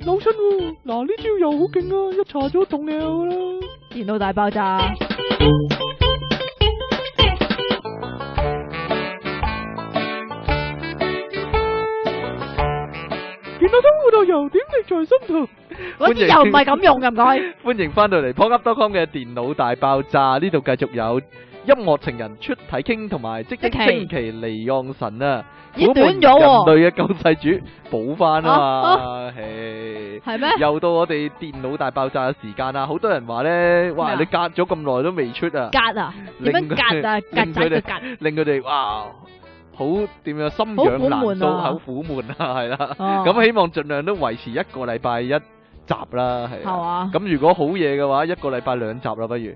嗱，呢招又好勁啊，一查咗動了啦。電腦大爆炸。健康生活導遊點滴在心頭。嗰啲又唔係咁用嘅，唔該。欢迎翻到嚟 p o c u p c o m 嘅電腦大爆炸，呢度繼續有音樂情人出體傾同埋即即即期星期離岸神啊，咦苦悶短咗喎人類嘅救世主補翻啊啊嘛，嘿係咩？又到我哋電腦大爆炸嘅時間啦，好多人話咧，哇！咩啊你隔咗咁耐都未出啊，隔啊？點樣令佢隔啊？隔令佢仔哋嘅隔。令佢哋哇好點樣心好痒苦難悶搔，啊好苦悶啊，係啦。哦 咁希望盡量都維持一個禮拜一集啦，係係啊。嘛？咁如果好嘢嘅話，一個禮拜兩集啦，不如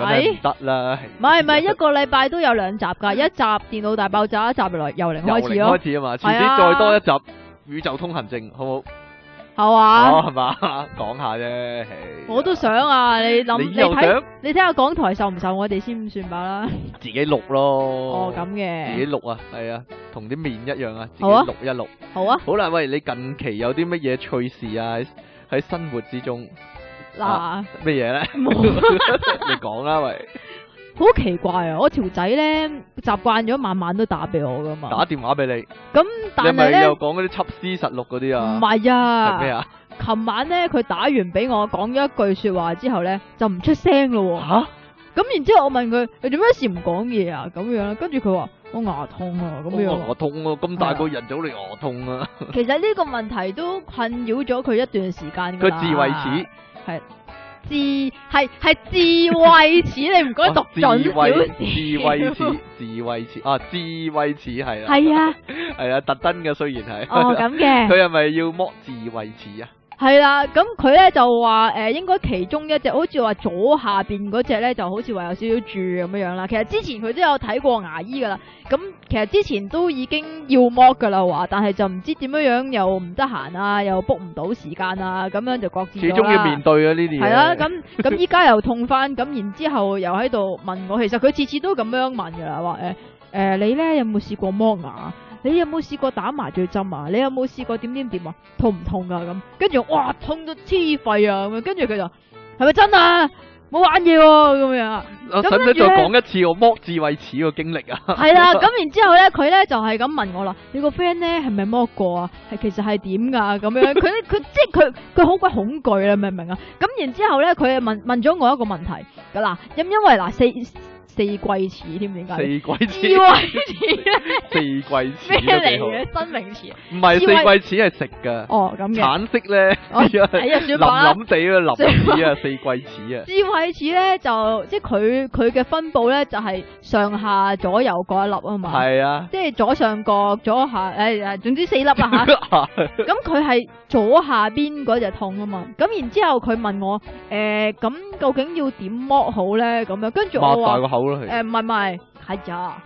咁係唔得啦，唔係唔係，一個禮拜都有兩集㗎，一集電腦大爆炸，一集由由零由開始零咯，開始啊嘛，遲係啊啲再多一集《宇宙通行證》，好係唔好？嘛？哦，係嘛， 講下啫，係我都，想啊！你諗你你又睇想你睇下港台受唔受我哋先算吧啦。自己錄咯，哦，咁自己嘅，錄啊，係啊，同啲面一樣啊，自己好啊錄一錄。好啊。好啦，喂，你近期有啲乜嘢趣事啊？喺喺生活之中嗱，乜嘢咧？ 你講啦，喂，好奇怪啊！我條仔咧習慣咗晚晚都打俾我㗎嘛打，電話俾你，咁你但係咪係咧又唔講嗰啲輯詩實錄嗰啲啊？係係咩啊。啊？琴晚咧佢打完俾我講咗一句說話之後咧就唔出聲咯喎。嚇？咁然之後我問佢：你做咩事唔講嘢啊？咁樣啦，跟住佢話我牙痛啊，咁樣我啊。痛啊！咁大個人早嚟我痛啊！ 其實呢個問題都困擾咗佢一段時間㗎佢啦自為此，啊智係係智慧齒，你唔該讀哦自準少為少。自為此，自為此啊！自為此係 啦，係啊，係啊，特登嘅雖然係。哦咁嘅，佢係咪要剝自為此啊？係啦。咁佢咧就話誒、呃，應該其中一隻好似話左下邊嗰隻咧，就好似話有少少蛀咁樣樣啦。其實之前佢都有睇過牙醫㗎啦。咁其實之前都已經要剝㗎啦話，但係就唔知點樣樣又唔得閒啊，又 book 唔到時間啊，咁樣就各自始終要面對啊呢啲嘢。係啦，咁咁依家又痛翻，咁然之後又喺度問我，其實佢次次都咁樣問㗎啦，話誒誒你咧有冇試過剝牙？你有冇試過打麻醉針啊？你有冇試過點點點啊？痛唔痛啊？咁跟住哇痛到黐肺啊咁樣，跟住佢就係咪真啊？冇玩嘢喎咁樣啊！我咁使唔使跟住再呢講一次我剝自為此嘅經歷 啊？係啦，咁然之後咧，佢咧就係咁問我啦，你個 friend 咧係咪剝過啊？係其實係點噶咁樣？佢佢即係佢佢好鬼恐懼啦，明唔明啊？咁然之後咧，佢又問問咗我一個問題噶啦，咁因為嗱四四季似添點 四解？季智此，慧似咧四季此咩都幾好。嚟嘅新名 詞？唔係智慧四季此係食㗎，哦咁嘅，橙色咧， 哦哎呀林算吧啦。林地啊，林林 子啊，四季此啊。智慧似咧就即係佢佢嘅分布咧就係上下左右嗰一粒啊嘛，係啊，即係左上角左下誒誒，總之四粒啦吓。 咁佢係左下邊嗰隻痛啊嘛，咁然之後佢問我，诶、咁究竟要點剝好咧？咁樣跟住我擘大話，個口咯，係诶、唔係唔係，係呀，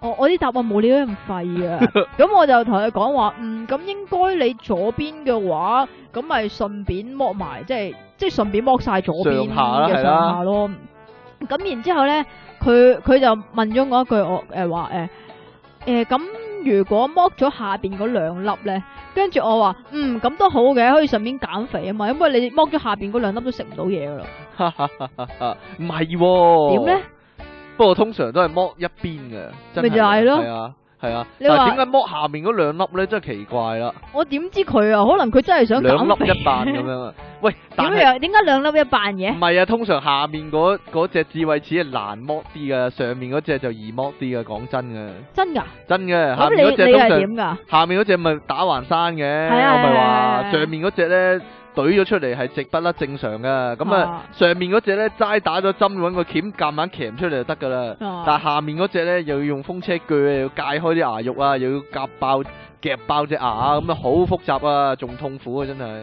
我我啲答案冇你咁廢 啊，咁我就同佢講話，嗯，咁應該你左邊嘅話，咁咪順便剝埋，即係即係順便剝晒左邊上下啦嘅係啦上下咯。咁然之後咧，佢佢就問咗我一句，我诶話诶诶咁。如果剝咗下邊嗰兩粒咧，跟住我話嗯咁都好嘅，可以順便減肥啊嘛，因為你剝咗下邊嗰兩粒都食唔到嘢噶啦。 唔係喎。點咧？不過通常都係剝一邊嘅，真咪就係係咯係啊，係啊。你但係話點解剝下面嗰兩粒咧？真係奇怪啦，我點知佢啊？可能佢真係想兩粒減肥。一瓣咁樣啊。 喂，但點係樣？點解兩粒一瓣嘅唔？係啊？通常下面嗰嗰只智慧齒係難剝啲嘅，上面嗰只就易剝啲嘅。講真嘅，真㗎？真嘅。下咁面嗰你只你通係常點㗎？下面嗰只咪打橫山嘅，係啊我咪係話啊上面嗰只咧。懟咗出嚟係直不甩正常嘅，咁啊啊上面嗰只咧齋打咗針揾個鉗夾硬鉗出嚟就得㗎啦。但啊下面嗰只咧又要用風車鋸，又要界開啲牙肉啊，又要夾爆夾爆隻牙啊，咁啊好複雜啊，仲痛苦啊，真係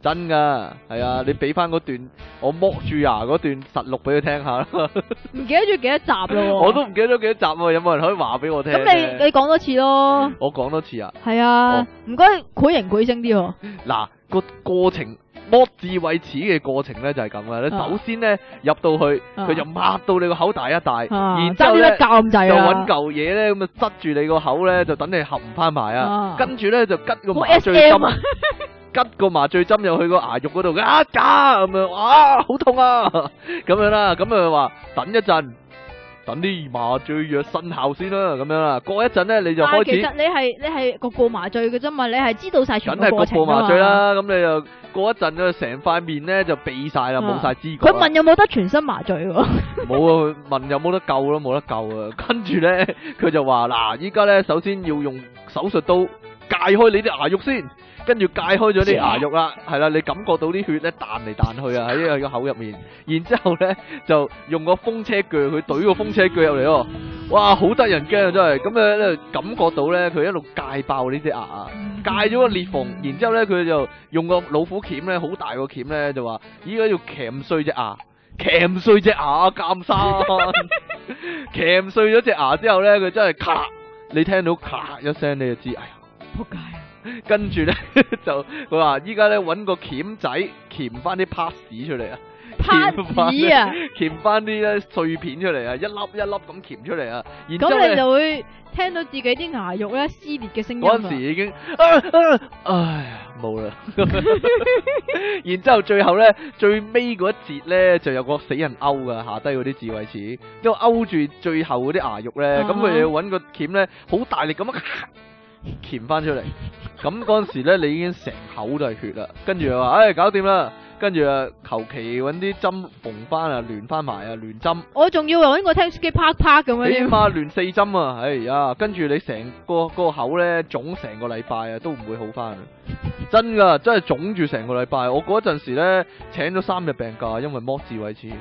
真噶，係啊，你俾翻嗰段我剝住牙嗰段實錄俾佢聽下啦，哦唔記得咗幾多集啦喎。 我都唔記得咗幾多集喎，有冇人可以話俾我聽呢？咁你你講多次咯。我講多次啊，係啊哦，唔該，繪形繪聲啲喎。嗱個過程剝智慧齒嘅過程咧就係咁嘅，你啊首先咧入到去，啊嗯佢就擘到你個口大一大，啊然之爭後啲咧一。教咁就滯揾啊！嚿嘢咧，咁啊塞住你個口咧，就等你合唔翻埋啊啊。跟住咧就吉個好麻醉針 SM 啊吉個麻醉針入去個牙肉嗰度嘅，啊假咁樣，啊好痛啊， 咁樣啦，咁啊話等一陣，等啲麻醉藥生效先啦，咁樣啦，過一陣咧你就但係開其始實。你係你係局部麻醉嘅啫嘛，你係知道晒全梗部過係局程㗎啊部嘛麻醉。啦，咁你就過一陣咧，成塊面咧就痹晒啦，啊冇晒知覺佢啦。問有冇得全身麻醉喎？冇啊，問有冇得救啦，冇得救啊。 跟住咧，佢就話嗱，依家咧首先要用手術刀解開你啲牙肉先，跟住解開咗啲牙肉啦，係啦，你感覺到啲血咧彈嚟彈去啊喺個口入面，然之後咧就用個風車鋸，佢懟個風車鋸入嚟喎，哇，好得人驚啊真係，咁樣咧感覺到咧佢一路戒爆呢啲牙啊。界咗個裂縫，然之後咧佢就用個老虎鉗咧，好大個鉗咧，就話依家要鉗碎隻牙， 鉗碎隻牙，鑑生，鉗碎咗隻牙之後咧，佢真係咔，你聽到咔一聲你就知，哎呀，仆街啊！跟住咧 就佢話依家咧揾個鉗仔鉗翻啲 pass 出嚟啊，拍鉗返子啊！ 鉗翻啲咧碎片出嚟啊，一粒一粒咁鉗出嚟啊，然之後咁呢你就會聽到自己啲牙肉咧撕裂嘅聲音嗰陣時啊！已經，啊啊、唉，冇啦。然之後最後咧，最尾嗰一節咧，就有個死人勾噶，下低嗰啲智慧齒，因為勾住最後嗰啲牙肉啊咧，咁佢哋要揾個鉗咧，好大力咁樣 鉗翻出嚟。咁嗰陣時咧，你已經成口都係血啦，跟住又話，唉、搞掂啦，跟住啊，求其揾啲針縫翻啊，連翻埋啊，連針。我仲要揾個聽 skip 啪啪咁樣起添。碼亂四針啊！哎呀，跟住你成個個口咧腫成個禮拜啊，都唔會好翻。真噶，真係腫住成個禮拜。我嗰陣時咧請咗三日病假，因為剝智慧齒，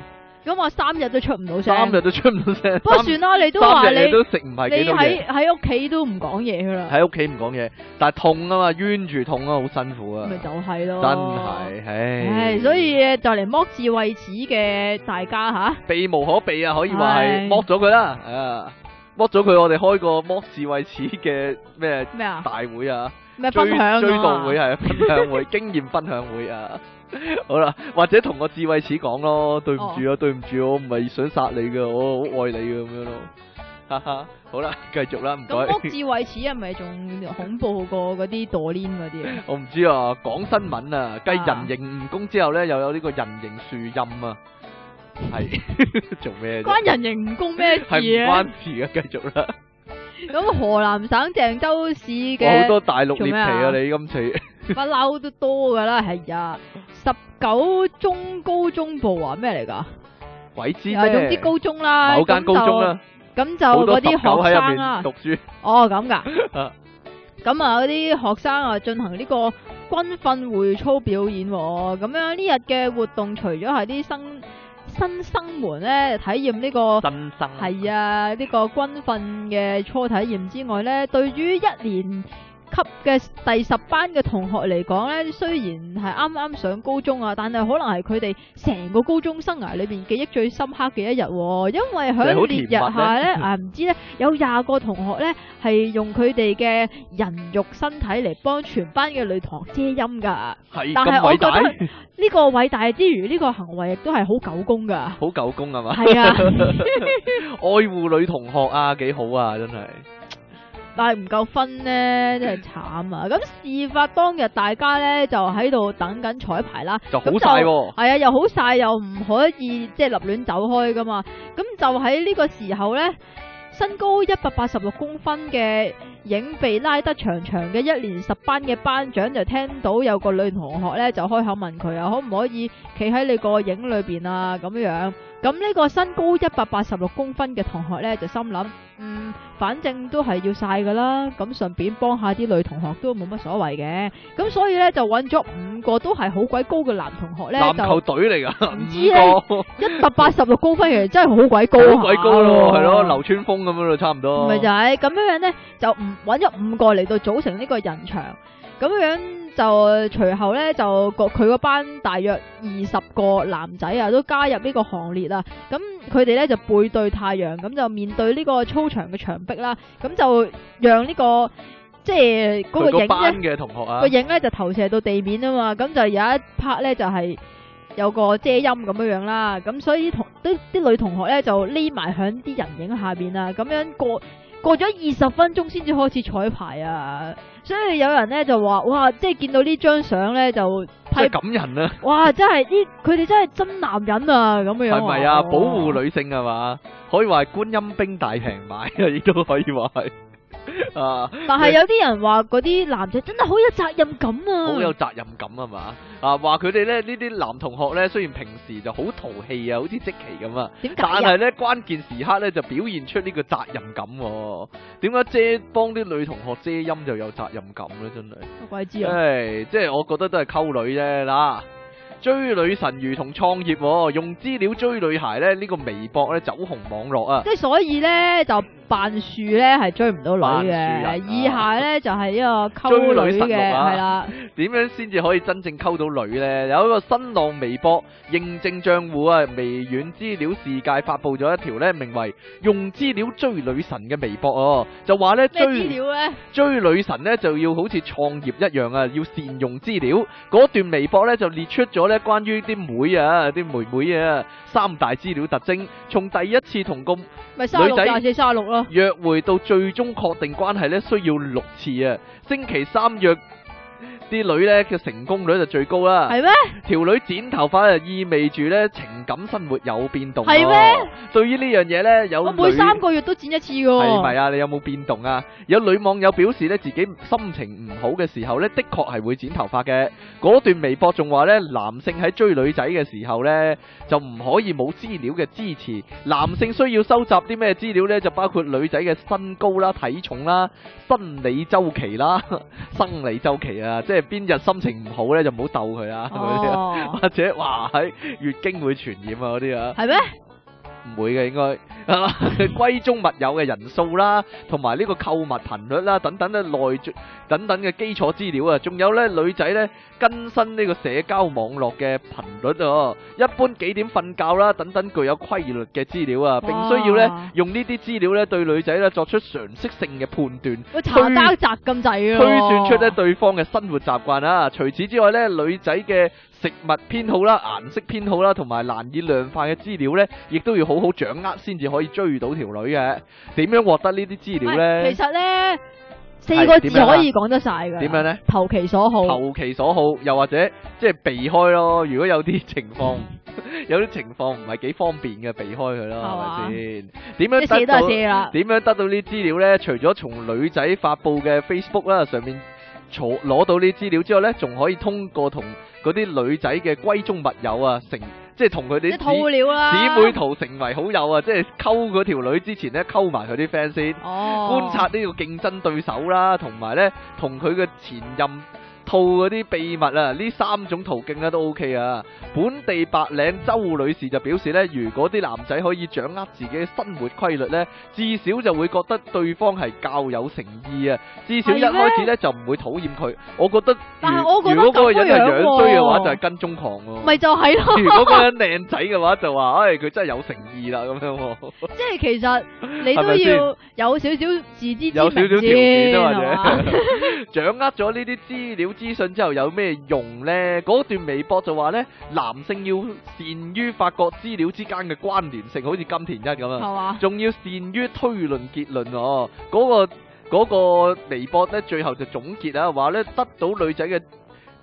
咁我三日都出唔到聲。三日都出唔到聲。不過三算啦，你都話三你日嘢都食唔係幾你多嘢喺，喺屋企都唔講嘢噶啦，喺屋企唔講嘢，但係痛啊嘛，冤住痛啊，好辛苦啊咪，就係真咯。係，唉唉，，所以就嚟剝智慧齒嘅大家吓，避無可避啊，可以話係係剝咗佢啦，啊，剝咗佢，我哋開個剝智慧齒嘅咩咩啊？大會啊！咩追分享啊追悼 會係分享會，經驗分享會啊！好啦，或者同個智慧齒講咯，對唔住啊，對唔住，我唔係想殺你噶，我好愛你㗎咁樣咯，哈哈，好啦，繼續啦，唔咁剝該，智慧齒係咪仲恐怖過嗰啲墮鏈嗰啲 啊？ 我唔知啊，講新聞啊，繼啊人形蜈蚣之後咧，又有呢個人形樹蔭啊，係 做咩啫？關人形蜈蚣咩係事唔啊關？事嘅，繼續啦，咁河南省鄭州市我好嘅多大陸獵做咩奇啊啊，你今次。 不嬲都多噶啦，係啊，十九中高中部啊咩嚟㗎？鬼知啊咩？總之高中啦，某間咁就高中，啦，咁就好嗰多十九啲學喺入生面啦。讀書。 哦，咁噶啊。咁啊，嗰啲學生啊，進行呢個軍訓會操表演、喎。咁樣呢日嘅活動，除咗係啲新新生們咧體驗呢、個真生係啊呢、個軍訓嘅初體驗之外咧，對於一年級嘅第十班嘅同學嚟講咧，雖然係啱啱上高中啊，但係可能係佢哋成個高中生涯裏邊記憶最深刻嘅一日、喎，因為係好響烈甜日下蜜咧咧， 啊唔知咧有廿個同學咧係用佢哋嘅人肉身體嚟幫全班嘅女同學遮陰噶。係但咁係我偉覺大，得呢個偉大之餘，呢個行為亦都係好狗公 噶。好狗公係嘛？係啊，愛護女同學啊，幾好啊，真係。但係唔夠分呢， 真係慘啊！咁事發當日，大家呢就喺度等緊彩排啦。啊就好咁就晒喎。係啊，又好晒，又唔可以即係立亂走開噶嘛。咁就喺呢個時候呢，身高一百八十六公分嘅影被拉得長長嘅一年十班嘅班長就聽到有個女同學呢，就開口問佢啊，可唔可以企喺你個影裏邊啊？咁樣。咁呢個身高一百八十六公分嘅同學呢，就心諗，嗯，反正都係要晒噶啦，咁順便幫下啲女同學都冇乜所謂嘅。咁所以呢，就揾咗五個都係好鬼高嘅男同學呢，籃球就隊嚟噶，唔知咧五個一百八十六公分，其實真係好鬼高下喎，好鬼高咯，係咯，流川楓咁樣咯，差唔多。咪就係咁樣樣咧，就唔揾咗五個嚟到組成呢個人牆，咁樣就隨後咧就個佢嗰班大約二十個男仔啊都加入呢個行列啦，咁佢哋咧就背對太陽，咁就面對呢個操場嘅牆壁啦，咁就讓呢、個即係嗰個佢影個咧班。嘅同學啊個，影咧就投射到地面啊嘛，咁就有一 part 咧就係、有個遮陰咁樣樣啦，咁所以同啲啲女同學咧就匿埋喺啲人影下邊啊，咁樣個過咗二十分鐘先至開始彩排啊！所以有人咧就話：哇，即係見到呢張相咧就真係批，感人啊，哇！真係呢，佢哋真係真男人啊！咁樣係咪哇啊？保護女性係嘛？可以話係觀音兵大平買 啊，亦都可以話係啊，但係有啲人話嗰啲男仔真係好有責任感啊！好有責任感啊嘛！啊，話佢哋咧呢啲男同學咧，雖然平時就好淘氣啊，好似即期咁啊。點解但啊？係咧，關鍵時刻咧就表現出呢個責任感、喎。點解遮幫啲女同學遮陰就有責任感咧？真係，鬼知啊！唉，即係我覺得都係溝女啫啦。追女神如同創業、喎，用資料追女孩咧，呢、個微博咧走紅網絡啊！即係所以咧就扮樹咧係追唔到扮樹女人啊嘅，以下咧就係、呢個追溝女女神嘅龍啊係啦。點樣先至可以真正溝到女呢？有一個新浪微博認證帳户啊，微軟資料世界發布咗一條咧名為「用資料追女神」嘅微博哦，就話咧咩資追。料咧？追女神呢就要好似創業一樣啊，要善用資料。嗰段微博呢就列出咗呢關於啲妹啊、啲妹妹啊三大資料特徵，從第一次同個咪三十六女仔廿四三十六咯。約會到最終確定關係呢，需要六次啊。星期三約啲女呢嘅成功率就最高啦。係咩？條女剪頭髮就意味住呢情感生活有變動咯。係咩對於呢樣嘢呢，有我每女三個月都剪一次嘅係咪喎。啊？你有冇變動啊？有女網友表示咧，自己心情唔好嘅時候咧，的確係會剪頭髮嘅。嗰段微博仲話咧，男性喺追女仔嘅時候咧，就唔可以冇資料嘅支持。男性需要收集啲咩資料咧？就包括女仔嘅身高啦、體重啦、生理周期啦、 生理周期啊，即係邊日心情唔好咧，就唔好鬥佢啦。嗰啲啊哦， 或者哇喺月經會傳染啊嗰啲啊。 係咩？唔會嘅應該， 係嘛？歸中密友嘅人數啦，同埋呢個購物頻率啦，等等咧內等等嘅基礎資料啊，仲有咧女仔咧更新呢個社交網絡嘅頻率啊，一般幾點瞓覺啦，等等具有規律嘅資料啊，並需要咧哇用呢啲資料咧對女仔咧作出常識性嘅判斷。我查家宅咁滯咯。推算出咧對方嘅生活習慣啦。除此之外咧，女仔嘅食物偏好啦、顏色偏好啦，同埋難以量化嘅資料咧，亦都要好好掌握先至可以追到條女嘅。點樣獲得呢啲資料喂咧其？實咧，四個字係點樣啊可以講得晒㗎。點樣咧？投其所好。投其所好，又或者即係避開咯。如果有啲情況， 有啲情況唔係幾方便嘅，避開佢咯，係咪先？點即係樣射都得到係？射啦。點樣得到呢啲資料呢？除咗從女仔發布嘅 Facebook 啦上面坐攞到呢啲資料之外呢，仲可以通過同嗰啲女仔嘅閨中密友啊，成即係同佢即哋係姊套料啦。姊妹圖成為好友啊，即係溝嗰條女之前呢，溝埋佢啲 friend 先，哦。觀察呢個競爭對手啦，同埋呢同佢嘅前任。套嗰啲秘密啊，呢三種途徑咧都 OK 啊。本地白領周女士就表示呢，如果啲男仔可以掌握自己嘅生活規律呢，至少就會覺得對方係較有誠意啊。至少一係咩開始呢就唔會討厭佢。我覺得如，但係我覺得如果嗰個人係咁樣樣衰嘅話，喎就係跟蹤狂喎、咪就係咯，如果嗰個人靚仔嘅話，就話，唉、佢真係有誠意啦咁樣喎、即係其 實你係都咪先要有少少自知之有明少少條啊先件啊，或係嘛者 掌握咗呢啲資料資訊之後有咩用呢？嗰段微博就話呢，男性要善於發掘資料之間嘅關聯性，好似金田一咁啊， 係 嘛？仲要善於推論結論哦。嗰、個嗰個微博呢，最後就總結啊，話呢，得到女仔嘅。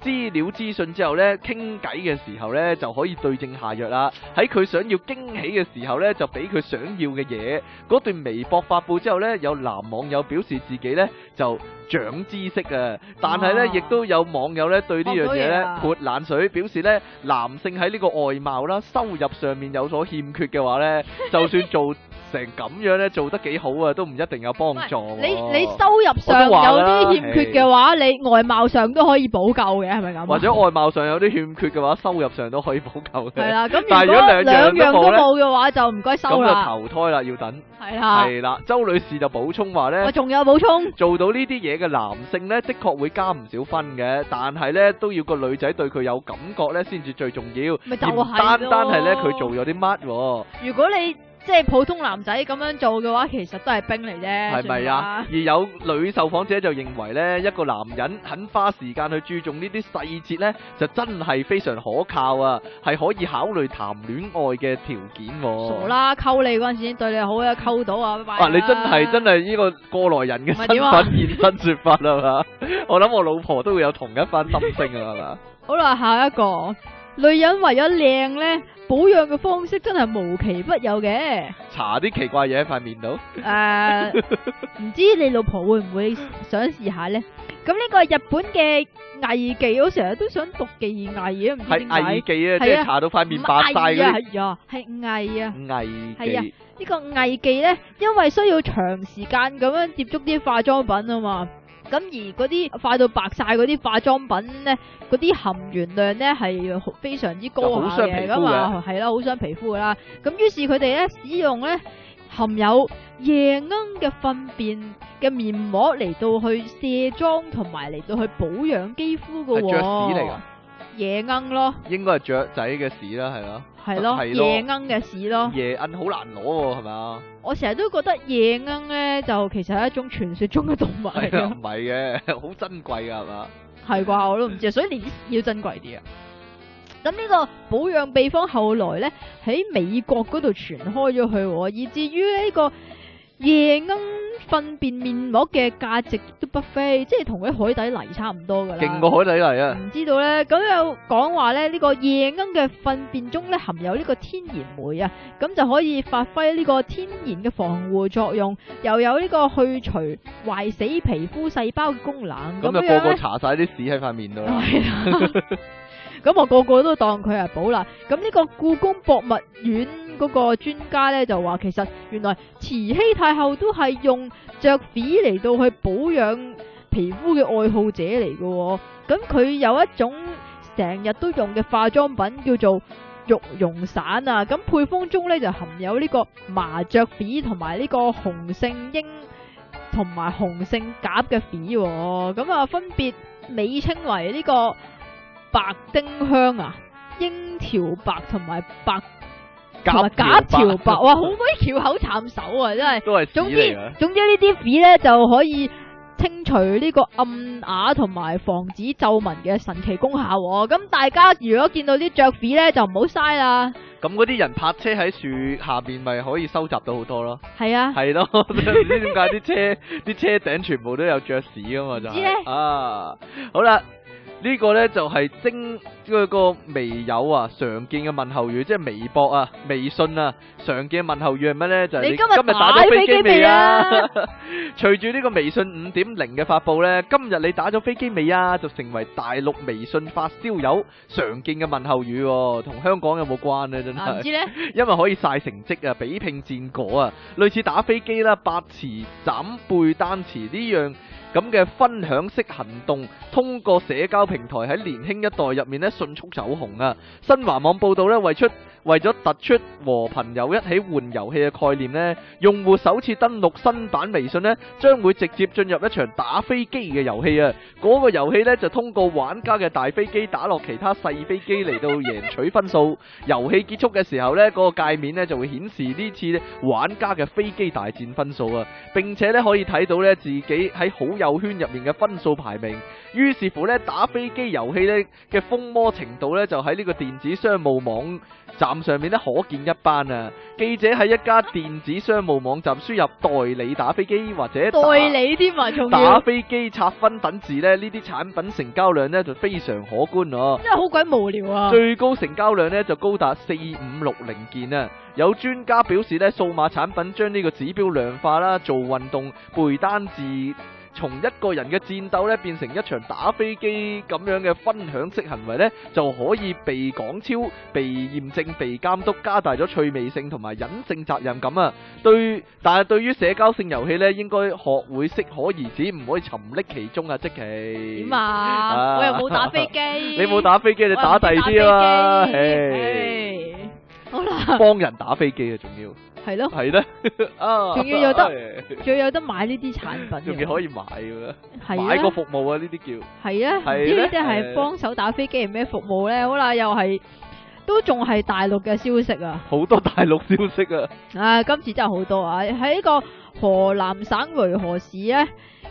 資料資訊之後呢，傾偈嘅時候呢，就可以對症下藥啦。喺佢想要驚喜嘅時候呢，就俾佢想要嘅嘢。嗰段微博發布之後呢，有男網友表示自己呢就長知識啊，但係呢，哇亦都有網友呢對呢樣嘢學到嘢呢啊潑冷水，表示呢男性喺呢個外貌啦、收入上面有所欠缺嘅話呢， 就算做成咁樣呢，做得幾好啊，都唔一定有幫助喎。你你收入上有哦我都話啦啲欠缺嘅話，你外貌上都可以補救嘅，係咪咁啊？或者外貌上有啲欠缺嘅話，收入上都可以補救係嘅。啦，咁但係如果如果兩兩樣樣都都冇呢冇嘅話，就唔該收咁啦，啊就投胎啦，要等。係啦。係啦，周女士就補充話呢喂，。仲有補充？做到呢啲嘢嘅男性呢，的確會加唔少分嘅，但係呢，都要個女仔對佢有感覺呢，先至最重要，咪就而唔係單單係呢，咯佢做咗啲乜喎。如果你即係普通男仔咁樣做嘅話，其實都係兵嚟啫，系咪啊？而有女受訪者就認為呢一個男人肯花時間去注重呢啲細節呢，就真係非常可靠啊，係可以考慮談戀愛嘅條件、算喎。啦？傻啦，溝你嗰陣時對你好啊，溝到啊，拜拜哦啊！你真係真係係呢個過來人嘅唔係身點啊份現身说法啦係嘛？ 我諗我老婆都會有同一番心聲啊係嘛？好啦，下一個女人為咗靚咧，保養嘅方式真係無奇不有嘅。 搽啲奇怪嘢喺塊面度，诶，唔知你老婆會唔會想試下咧？咁呢個日本嘅藝伎，我成日都想讀技藝啊，唔知係點解藝。技啊，即係係啊搽到塊面白晒唔係嗰藝啊，係啊，係藝啊。啲藝係啊技。呢個藝伎呢，因為需要長時間咁樣接觸啲化妝品啊嘛，咁而嗰啲化到白晒嗰啲化妝品呢，嗰啲含鉛量呢係好非常之高就好下傷皮嘅，膚咁啊係啦，好傷皮膚噶啦。咁於是佢哋呢，使用呢含有夜鶯嘅糞便嘅面膜嚟到去卸妝同埋嚟到去保養肌膚噶係啊哦喎。雀屎嚟㗎，夜鶯咯，應該係雀仔嘅屎啦，係咯，係咯，係咯夜鶯嘅屎咯。夜摁好難攞喎，係咪啊？我成日都覺得夜鶯咧，就其實係一種傳說中嘅動物嚟係啊，嘅， 唔係嘅，好珍貴啊噶係嘛？係啩？我都唔知，所以你啲屎要珍貴啲啊。咁呢個保養秘方後來咧喺美國嗰度傳開咗去喎，以至於呢個夜鶯糞便面膜嘅價值都不菲，即係同嗰啲海底泥差唔多㗎啦。勁過海底嚟 啊！唔知道咧，咁又講話咧，呢、個夜鶯嘅糞便中咧含有呢個天然酶啊，咁就可以發揮呢個天然嘅防護作用，又有呢個去除壞死皮膚細胞嘅功能，咁咁就個樣個咧搽晒啲屎喺塊面度 啦。係啦。 咁我個個都當佢係寶啦。咁呢個故宮博物院嗰個專家咧就話，其實原來慈禧太后都係用雀屎嚟到去保養皮膚嘅愛好者嚟嘅、喎。咁佢有一種成日都用嘅化妝品叫做。玉溶散啊，咁配方中咧就含有呢個麻雀屎同埋呢個雄性鷹同埋雄性鴿嘅屎喎，咁啊分別美稱為呢個白丁香啊、鷹條白同埋白同埋夾鴿條條白，哇，好鬼翹口慘手啊，真係。都係屎總之嚟嘅。總之呢啲屎咧就可以清除呢個暗啞同埋防止皺紋嘅神奇功效、喎。咁大家如果見到啲雀屎咧，就唔好嘥啦。咁嗰啲人泊車喺樹下面，咪可以收集到好多咯。係啊，係咯， 唔知點解啲車 啲車頂全部都有雀屎噶嘛？就唔知咧係啊，好啦。呢個呢就係精嗰個微友啊，常見嘅問候語，即係微博啊、微信啊，常見嘅問候語係乜呢？就係、你你今日日打打咗咗飛飛機機未未啊 啊？隨住呢個微信五點零嘅發布呢，今日你打咗飛機未啊？就成為大陸微信發燒友常見嘅問候語喎、同香港有冇關呢？真係、啊唔知 咧，因為可以晒成績啊，比拼戰果啊，類似打飛機啦、八詞、斬背單詞呢樣咁嘅分享式行動，通過社交平台喺年輕一代入面咧迅速走紅啊！新華網報道咧，為出為咗突出和朋友一起玩遊戲嘅概念呢，用戶首次登錄新版微信呢，將會直接進入一場打飛機嘅遊戲啊！嗰、個遊戲呢，就通過玩家嘅大飛機打落其他細飛機嚟到贏取分數。啊遊戲結束嘅時候呢，嗰、個界面呢就會顯示呢次玩家嘅飛機大戰分數啊，並且呢可以睇到呢自己喺好友圈入面嘅分數排名。於是乎呢，打飛機遊戲呢嘅風魔程度呢，就喺呢個電子商務網站上面呢可見一斑啊！記者喺一家電子商務網站輸入代理打飛機或者打代理添啊，仲打要飛機拆分等字呢，呢啲產品成交量呢就非常可觀哦、真係好鬼無聊啊！最高成交量呢就高達四五六零件啊！有專家表示呢，數碼產品將呢個指標量化啦，做運動背單字，從一個人嘅戰鬥呢變成一場打飛機咁樣嘅分享式行為呢，就可以被港超、被驗證、被監督，加大咗趣味性同埋隱性責任感啊！對，但係對於社交性遊戲呢，應該學會適可而止，唔可以沉溺其中啊！即其點啊？我又冇打飛機， 你冇打飛機，我你又唔知打打第二啲啦，飛機唉，唉好啦，幫人打飛機啊，仲要係咯，係咧，啊，仲要有得唉，仲有得買呢啲產品嘅，仲要可以買嘅，係啊買個服務啊，呢啲叫係啊，唔係知咧呢啲誒係幫手打飛機係咩服務咧？好啦，又係都仲係大陸嘅消息啊！好多大陸消息啊，啊，今次真係好多啊！喺呢個河南省漯河市咧，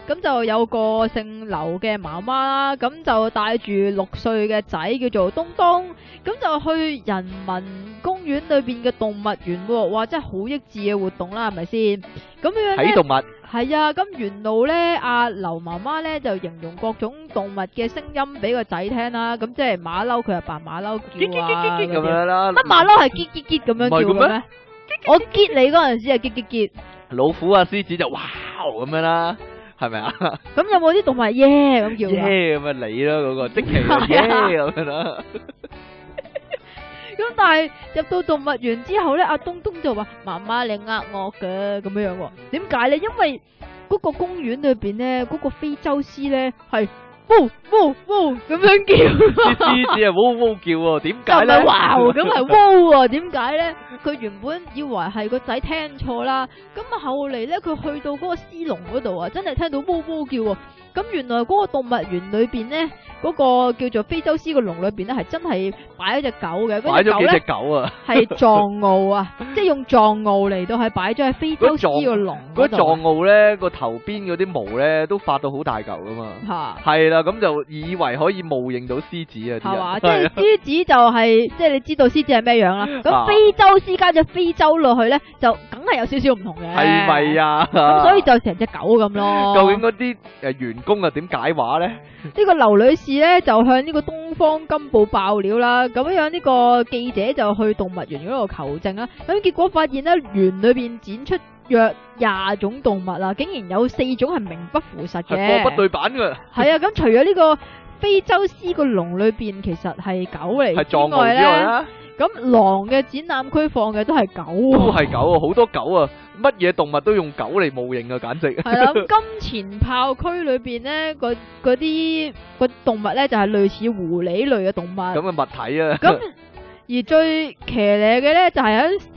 咁就有個姓劉嘅媽媽啦，咁就帶住六歲嘅仔叫做東東，咁就去人民公園裏邊嘅動物園喎，哇！真係好益智嘅活動啦，係咪先？咁樣睇咧。動物系啊，咁沿路呢，阿劉媽媽呢就形容各種動物嘅聲音俾個仔聽啦，咁即係馬騮佢就扮馬騮叫啊，咁嗰啲樣啦，乜馬騮係結結結咁樣叫唔係嘅嘅咩？我結你嗰陣時係結結結，老虎啊、獅子就哇咁樣啦，係咪啊？咁有冇啲動物係耶咁叫㗎？耶咁啊你啦 嗰個，即期就耶咁樣啦，咁但係入到動物園之後咧，阿東東就話：媽媽你呃我嘅咁樣樣喎。點解咧？因為嗰個公園裏邊咧，嗰、個非洲獅咧係喔喔喔咁樣啲叫，獅子啊嗚嗚叫喎，點就解唔咧？ 係哇咁係喔喎。點解咧？佢原本以為係個仔聽錯啦，咁啊後嚟咧佢去到嗰個獅籠嗰度啊，真係聽到喔喔叫喎。咁原來嗰個動物園裏邊咧，嗰、個叫做非洲獅個籠裏邊咧，係真係擺咗只狗嘅，買嗰只咗狗幾咧隻。狗啊！系藏獒啊，即系用藏獒嚟到系擺咗喺非洲獅個籠嗰嗰藏度啊獒咧個頭邊嗰啲毛咧都發到好大嚿噶嘛，吓，係啦，咁就以為可以模認到獅子係嘛？啊即啲人，係獅子就係即係你知道獅子係咩樣啦。啊咁非洲獅加咗非洲落去咧，就梗係有少少唔同嘅。係咪？啊？咁所以就成隻狗咁咯。究竟嗰啲誒員工啊點解話咧？呢個劉女士咧就向呢個東方金報爆料啦，咁樣呢個記者就去動物園嗰度求證啦，咁結果發現咧園裏邊展出約廿種動物啦，竟然有四種係名不符實係嘅，貨不對版㗎，係啊，咁除咗呢個非洲獅個籠裏邊其實係狗係嚟藏之外獒之外咧，啦，咁狼嘅展覽區放嘅都係狗都 喎。係狗啊，好多狗啊，乜嘢動物都用狗嚟模認啊，簡直係啦，咁金錢豹區裏邊咧，嗰嗰啲個動物咧就係類似狐狸類嘅動物。咁嘅物體啊，咁而最騎呢嘅咧，就係喺蛇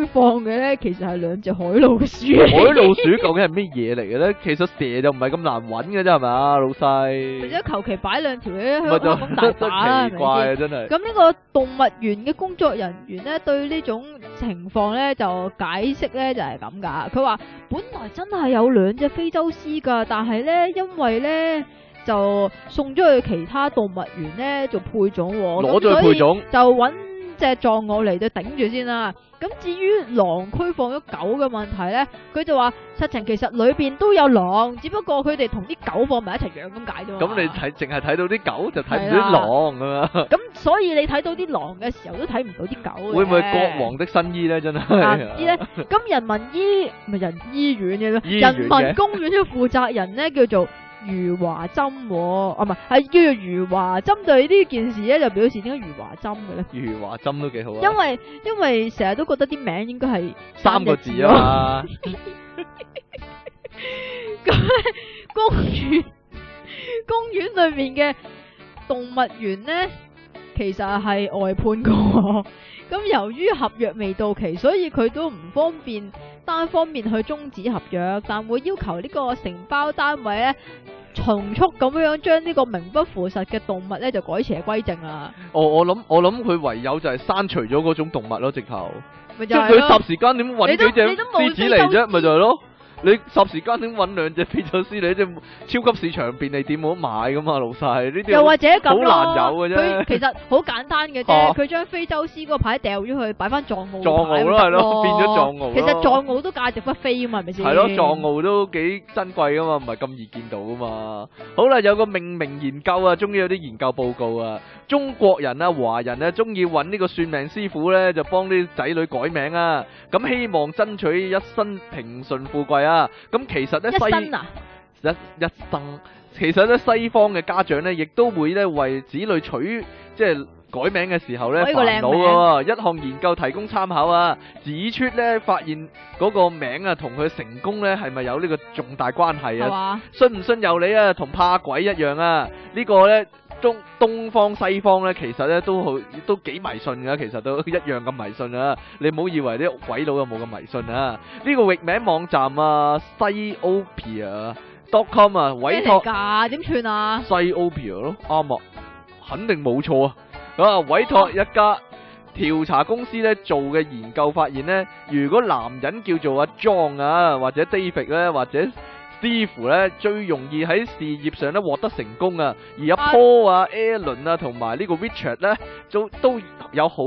區放嘅咧，其實係兩隻海老鼠嚟。海老鼠究竟係咩嘢嚟嘅咧？其實蛇就唔係咁難揾嘅啫，係咪啊，老或細？者求其擺兩條嘢喺咪就香港大把 啦，真奇怪係咪啊，真先？。係咁呢個動物園嘅工作人員咧，對呢種情況咧就解釋咧就係咁㗎。佢話本來真係有兩隻非洲獅㗎，但係咧因為咧就送咗去其他動物園咧做配種喎，咁攞咗所去以配種，就揾只藏獒嚟到頂住先啦。咁至於狼區放咗狗嘅問題呢，佢就話實情其實裏邊都有狼，只不過佢哋同啲狗放埋一齊養咁解啫嘛。咁你睇淨係睇到啲狗就睇唔係到啲啦狼咁啊？咁所以你睇到啲狼嘅時候都睇唔到啲狗嘅會唔會國王的新衣咧？真啊唔知 係咧，咁人民醫唔係人醫院嘅醫咩？院人嘅民公園嘅負責人咧叫做余華針喎、啊唔係係叫做余華針對呢件事咧就表示點解余華針嘅咧？如華針都幾好因啊，為因為成日都覺得啲名應該係三個個字啊嘛，公園公園裏面嘅動物園呢，其實係外判嘅。 咁由於合約未到期，所以佢都唔方便單方面去終止合約，但會要求呢個承包單位呢，從速咁樣將呢個名不符實嘅動物呢就改邪歸正啦。我我諗我諗佢唯有就係刪除咗嗰種動物咯，直頭，咪即就係係佢咯霎時間點揾你都幾隻你都冇獅子嚟非洲啫，獅咪就係咯。你霎時間點揾兩隻非洲獅嚟？即係超級市場便利店冇得買噶嘛，老細呢啲又或者咁咯好難有嘅啫佢其實好簡單嘅啊啫，佢將非洲獅嗰個牌掉咗去，擺翻藏獒藏獒咯係係咯變咗藏獒咯其實藏獒都價值不菲啊嘛，係咪先？係咯，藏。獒都幾珍貴噶嘛，唔係咁易見到噶嘛。好啦，有個命名研究啊，終於有啲研究報告啊，中國人啊、華人啊，中意揾呢個算命師傅呢，就幫啲仔女改名啊，咁希望爭取一生平順富貴啊。咁其實呢，一西身啊，一一生，其實呢，西方嘅家長呢，亦都會呢為子女取即係。改名嘅時候呢，改個靚煩惱嘅喎，一項研究提供參考啊，指出呢，發現嗰個名啊同佢成功呢係咪有呢個重大關係係啊？嘛？信唔信由你啊，同怕鬼一樣啊！呢、個呢，中東方西方呢，其實呢都好都幾迷信噶，其實都 一樣咁迷信啊！你唔好以為啲鬼佬又冇咁迷信啊！呢、個域名網站啊西 o p i a dot com 啊，委咩託嚟。㗎？點算啊？西 Opia 咯，啱啊，肯定冇錯啊。啊，委託一家調查公司咧做嘅研究發現咧，如果男人叫做阿 John 啊，或者 David 咧，或者 Steve 咧，最容易喺事業上咧獲得成功啊。而阿啊 Paul 啊、Alan 啊，同埋呢個 Richard 咧，都都有好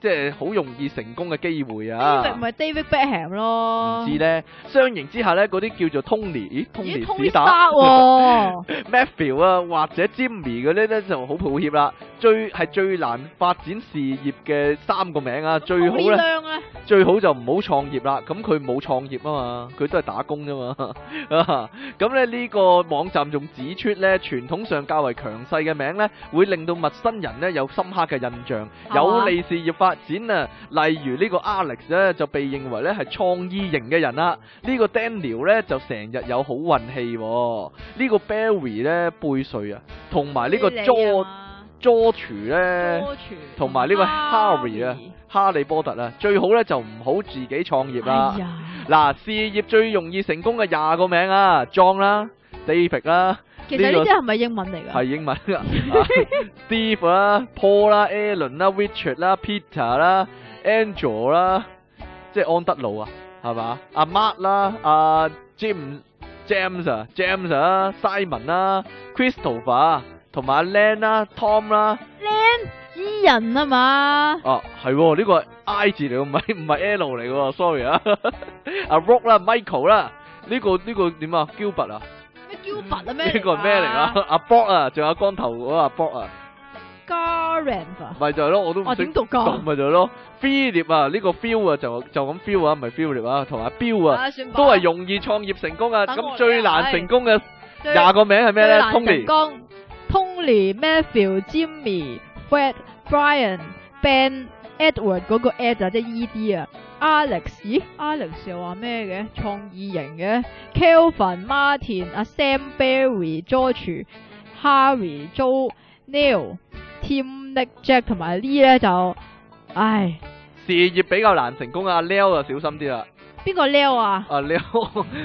即係好容易成功嘅機會啊。 David 咪 David Beckham 咯，唔知咧，相形之下咧，嗰啲叫做 Tony，咦咦 Tony Tony 史打 Stark 啊喎， Matthew 啊，或者 Jimmy 嗰啲咧就好抱歉啦，最係最難發展事業嘅三個名啊， 最好呢咧兩咧最好就唔好創業啦，咁佢冇創業啊嘛，佢都係打工啫嘛， 啊咁咧呢個網站仲指出咧，傳統上較為強勢嘅名咧，會令到陌生人咧有深刻嘅印象，嘛有利事業發展啊。例如呢個 Alex 咧就被認為咧係創意型嘅人啦，呢、個 Daniel 咧就成日有好運氣、喎，呢、個 Barry 咧背水啊，同埋呢個 Jo 啊 Jo 咧。哦同埋呢個 Harry 啊，哈利波特啊，最好咧就唔好自己創業啦哎。呀，嗱、事業最容易成功嘅廿個名啊，John 啦、David 啦，其實呢啲係咪英文 嚟㗎？係英文啊啊，Steve 啦、Paul 啦、Alan 啦、Richard 啦、Peter 啦、Angel 啦，即係安德魯啊，係嘛？阿 Mark 啦、阿 Jim、James 啊、James 啊、Simon 啦、Christopher 啊同埋阿 Len 啦、Tom 啦。伊人啊嘛，啊，系呢、個係 I 字嚟喎，唔係唔係 L 嚟喎，sorry 啊， 阿 Rock 啦，Michael 啦，呢、個呢、個點啊，Gilbert 啊，咩 Gilbert 啊咩？呢個係咩嚟啊？阿 Bob 啊，仲有光頭嗰個阿 Bob 啊， ？Gareth 啊，咪就係咯，我都唔我識點讀讀㗎？咪就係咯，Philip 啊，呢、個 Phil 啊就就咁 Phil 啊，唔係 Philip 啊，同埋 Bill 啊。啊，算吧都係容易創業成功啊！等咁我最嚟難係成功嘅最廿個名係咩最咧難成？Tony 功 Tony、Matthew、Jimmy、Fred、Brian、Ben、Edward 嗰個 Ed 啊，即係 ED 啊。Alex，咦？Alex 又話咩嘅？創意型嘅。Kelvin、Martin、阿 Sam、Barry、George、Harry、Joe、Neil、Tim、Nick、Jack 同埋 Lee 咧就，唉，事業比較難成功啊！Leo 啊，小心啲啦。邊個 Leo 啊？啊 l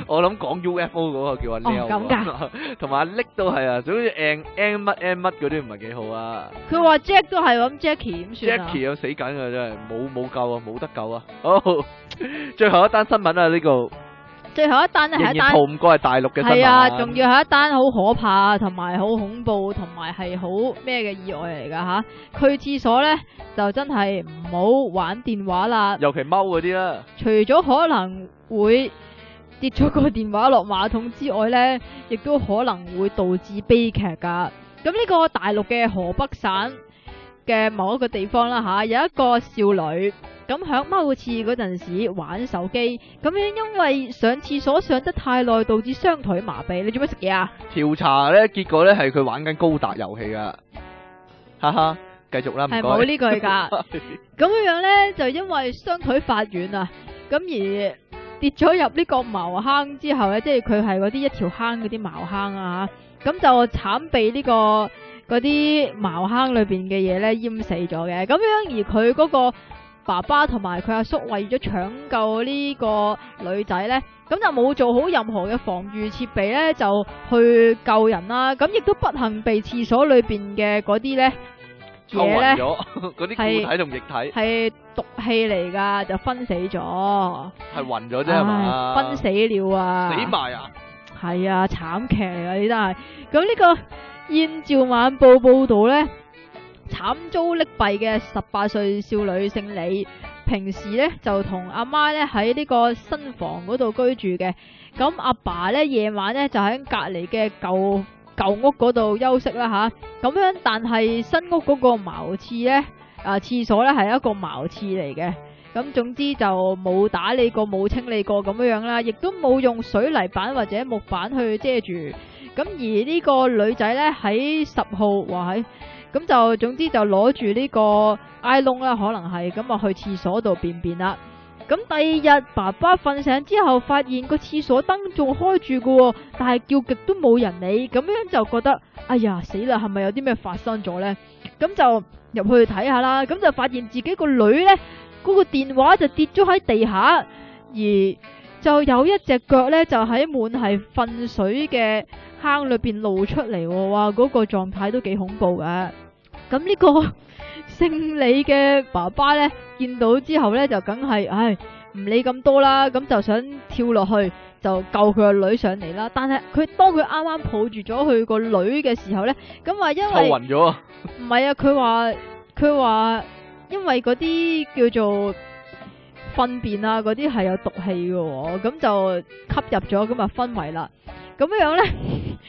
我諗講 UFO 嗰個叫阿 Leo，咁 㗎，同埋阿 Nick 都係啊，總之 N N 乜 N 乜嗰啲唔係幾好啊。佢話 Jack 都係咁，Jackie 點算啊 Jackie 又死緊啊，真係冇冇救啊，冇得救啊。 好，最後一單新聞啊，呢個最後一單咧係仍一然單逃。唔啊過係大陸嘅新聞。係啊，仲要係一單好可怕，同埋好恐怖，同埋係好咩嘅意外嚟噶吓。去廁所呢，就真係唔好玩電話啦，尤其踎嗰啲啦，除咗可能會跌咗個電話落馬桶之外呢，亦都可能會導致悲劇噶。咁呢個大陸嘅河北省嘅某一個地方啦吓、有一個少女。咁響踎廁嗰陣時玩手機，咁樣因為上廁所上得太耐，導致雙腿麻痹。你做乜食嘢啊？調查咧結果咧係佢玩緊高達遊戲啊，哈哈，繼續啦，唔係該。冇呢句 㗎。咁樣樣咧，就因為雙腿發軟啊，咁而跌咗入呢個茅坑之後咧，即係佢係嗰啲一條坑嗰啲茅坑啊，咁就慘被呢、個嗰啲茅坑裏邊嘅嘢咧淹死咗嘅。咁樣而佢嗰個爸爸同埋佢阿叔為咗搶救呢個女仔咧，咁就冇做好任何嘅防禦設備咧，就去救人啦。咁亦都不幸被廁所裏邊嘅嗰啲咧抽嘢咧暈。 咗，嗰啲係固體同液體係系毒氣嚟噶，就分死咗，暈咗啫係哦嘛？唉分死了啊！死埋啊！系啊，慘劇嚟噶呢單係。咁呢個《燕趙晚報》報導呢，慘遭溺斃嘅十八歲少女姓李，平時呢就同阿媽呢喺呢個新房嗰度居住嘅。咁阿爸呢夜晚呢就喺隔離嘅舊舊屋嗰度休息啦吓。咁樣但係新屋嗰個茅廁呢，啊廁所呢係一個茅廁嚟嘅。咁總之就冇打理過、冇清理過咁樣樣啦，亦都冇用水泥板或者木板去遮住。咁而呢個女仔呢，喺十號話喺，咁就總之就攞住呢個 I 窿啦，可能係咁啊去廁所度便便啦。咁第二日爸爸瞓醒之後，發現個廁所燈仲開住嘅喎，但係叫極都冇人理，咁樣就覺得哎呀死啦，係咪有啲咩發生咗呢？咁就入去睇下啦，咁就發現自己個女呢。嗰個電話就跌咗喺地下，而就有一隻腳呢，就喺滿係瞓水嘅坑裏邊露出嚟喎，哇！嗰、個狀態都幾恐怖嘅。咁呢個 姓李嘅爸爸咧，見到之後咧就梗係唉唔理咁多啦，咁就想跳落去就救佢個女上嚟啦。但係佢當佢啱啱抱住咗佢個女嘅時候咧，咁話因臭為暈咗啊！唔係啊，佢話佢話因為嗰啲叫做糞便啊，嗰啲係有毒氣嘅、喎，咁就吸入咗，咁啊昏迷啦。咁樣咧，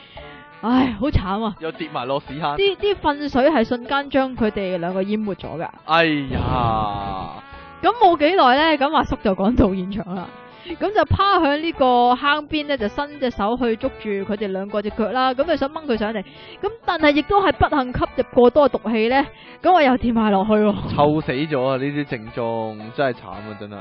唉，好慘啊！又跌埋落屎坑。啲啲糞水係瞬間將佢哋兩個淹沒咗噶。哎呀，咁冇幾耐咧，咁阿叔就趕到現場啦。咁就趴喺呢個坑邊咧，就伸隻手去捉住佢哋兩個隻腳啦。咁就想掹佢上嚟，咁但係亦都係不幸吸入過多毒氣咧。咁我又跌埋落去喎。臭死咗啊！呢啲症狀真係慘啊，真係。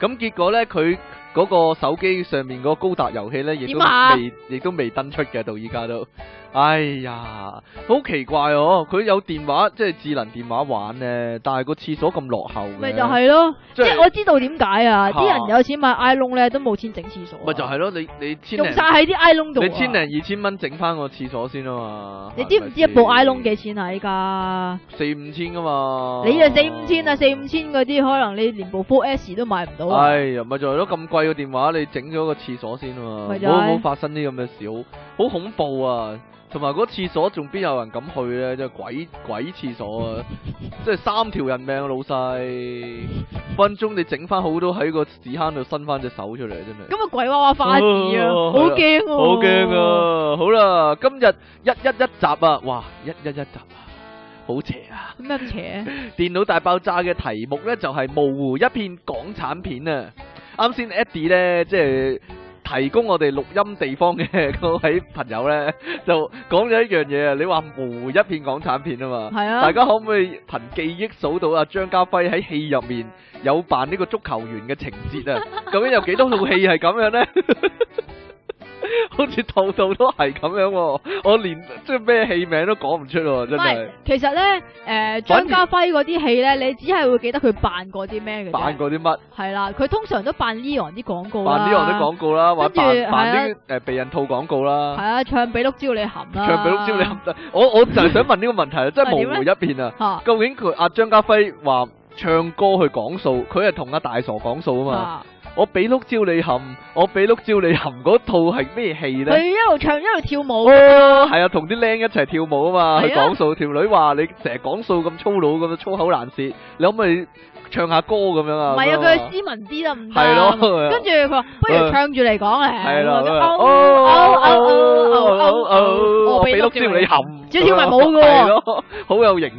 咁結果呢，佢嗰個手機上面嗰個高達遊戲呢，亦都點啊未，亦都未登出嘅，到依家都。哎呀，好奇怪哦！佢有電話，即係智能電話玩呢，但係個廁所咁落後嘅。咪就係咯，嗯即即係係我知道點解啊！嚇啲人有錢買 i l o n 咧，都冇錢整廁所啊，咪就係咯，你你千用零晒喺啲 i l o n 度啊。你千零二千蚊整翻個廁所先啊嘛。你知唔知一部 i l o n 嘅幾錢啊？依家四五千噶嘛？你啊四五千啊，四五。千嗰啲可能你連部 Four S 都買唔到啊！哎呀，咪就係咯，咁貴嘅電話，你整咗個廁所先啊嘛，咪唔就係好唔好發生啲咁嘅事，好好恐怖啊！同埋嗰廁所仲邊有人敢去咧？即係鬼鬼廁所啊！ 即係三條人命啊，老細，分鐘你整翻好多喺個屎坑度伸翻隻手出嚟，真係。咁啊鬼娃娃花子啊，哦好驚喎！好驚！哦啊！好啦，今日一一一集啊，哇，一一一集啊，好邪啊！咩咁邪？電腦大爆炸嘅題目呢，就係模糊一片港產片啊！啱先 Eddie 呢，即係提供我哋錄音地方嘅 嗰位朋友呢，就講咗一樣嘢啊！你話模糊一片港產片啊嘛，係啊 大家可唔可以憑記憶數到啊張家輝喺戲入面有扮呢個足球員嘅情節啊？ 究竟有幾多套戲係咁樣呢？ 好似套套都係咁樣喎、我連即係咩戲名都講唔出喎、唔真係係，其實咧，诶，反而张家輝嗰啲戲咧，你只係會記得佢扮過啲咩嘅啫。扮過啲乜？係啦，佢通常都扮 Leon 啲廣告啦。扮呢行啲廣告啦，或者跟住扮扮係啲誒避孕套廣告係啦，啊，唱俾碌蕉你含啦。唱俾碌蕉你冚得。我我就係想問呢個問題啊，真係係點模糊一片啊！吓究竟佢阿張家輝話唱歌去講數，佢係同阿大傻講數啊嘛？嘛。我俾碌蕉你冚，我俾碌蕉你冚嗰套係咩戲佢咧？一路唱一路跳舞哦，，係啊，同啲僆一齊跳舞啊嘛，去係啊講數。條女話你成日講數咁粗魯咁樣粗口爛舌，你可唔可以唱下歌咁樣啊？唔係啊，咁樣佢斯文啲得唔得？啊係咯跟住佢話不如唱住嚟講咧。係啦，咁咁樣啊哦哦哦哦哦哦哦哦哦，哦，我俾碌蕉你含，主要跳埋舞㗎喎係咯，好有型嗰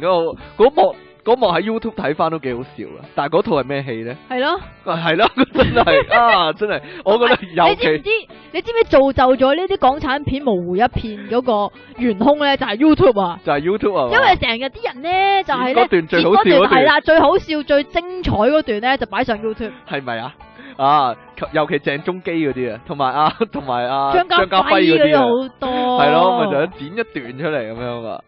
個嗰幕嗰幕喺 YouTube 睇翻都幾好笑啊！但係嗰套係咩戲咧？係咯。啊係啦，真係啊，真係，我覺得尤你知唔其知？你知唔知造就咗呢啲港產片模糊一片嗰個元兇咧？就係 YouTube 啊！就係 YouTube 啊嘛，因為成日啲人咧就係嗰咧，段最好笑嗰段係啦，最好笑、最精彩嗰段咧就擺上 YouTube。係咪啊？啊，尤其鄭中基嗰啲啊，同埋啊，同埋啊張家輝輝嗰嗰啲啲啊，好多，係咯，咪就係剪一段出嚟咁樣啊，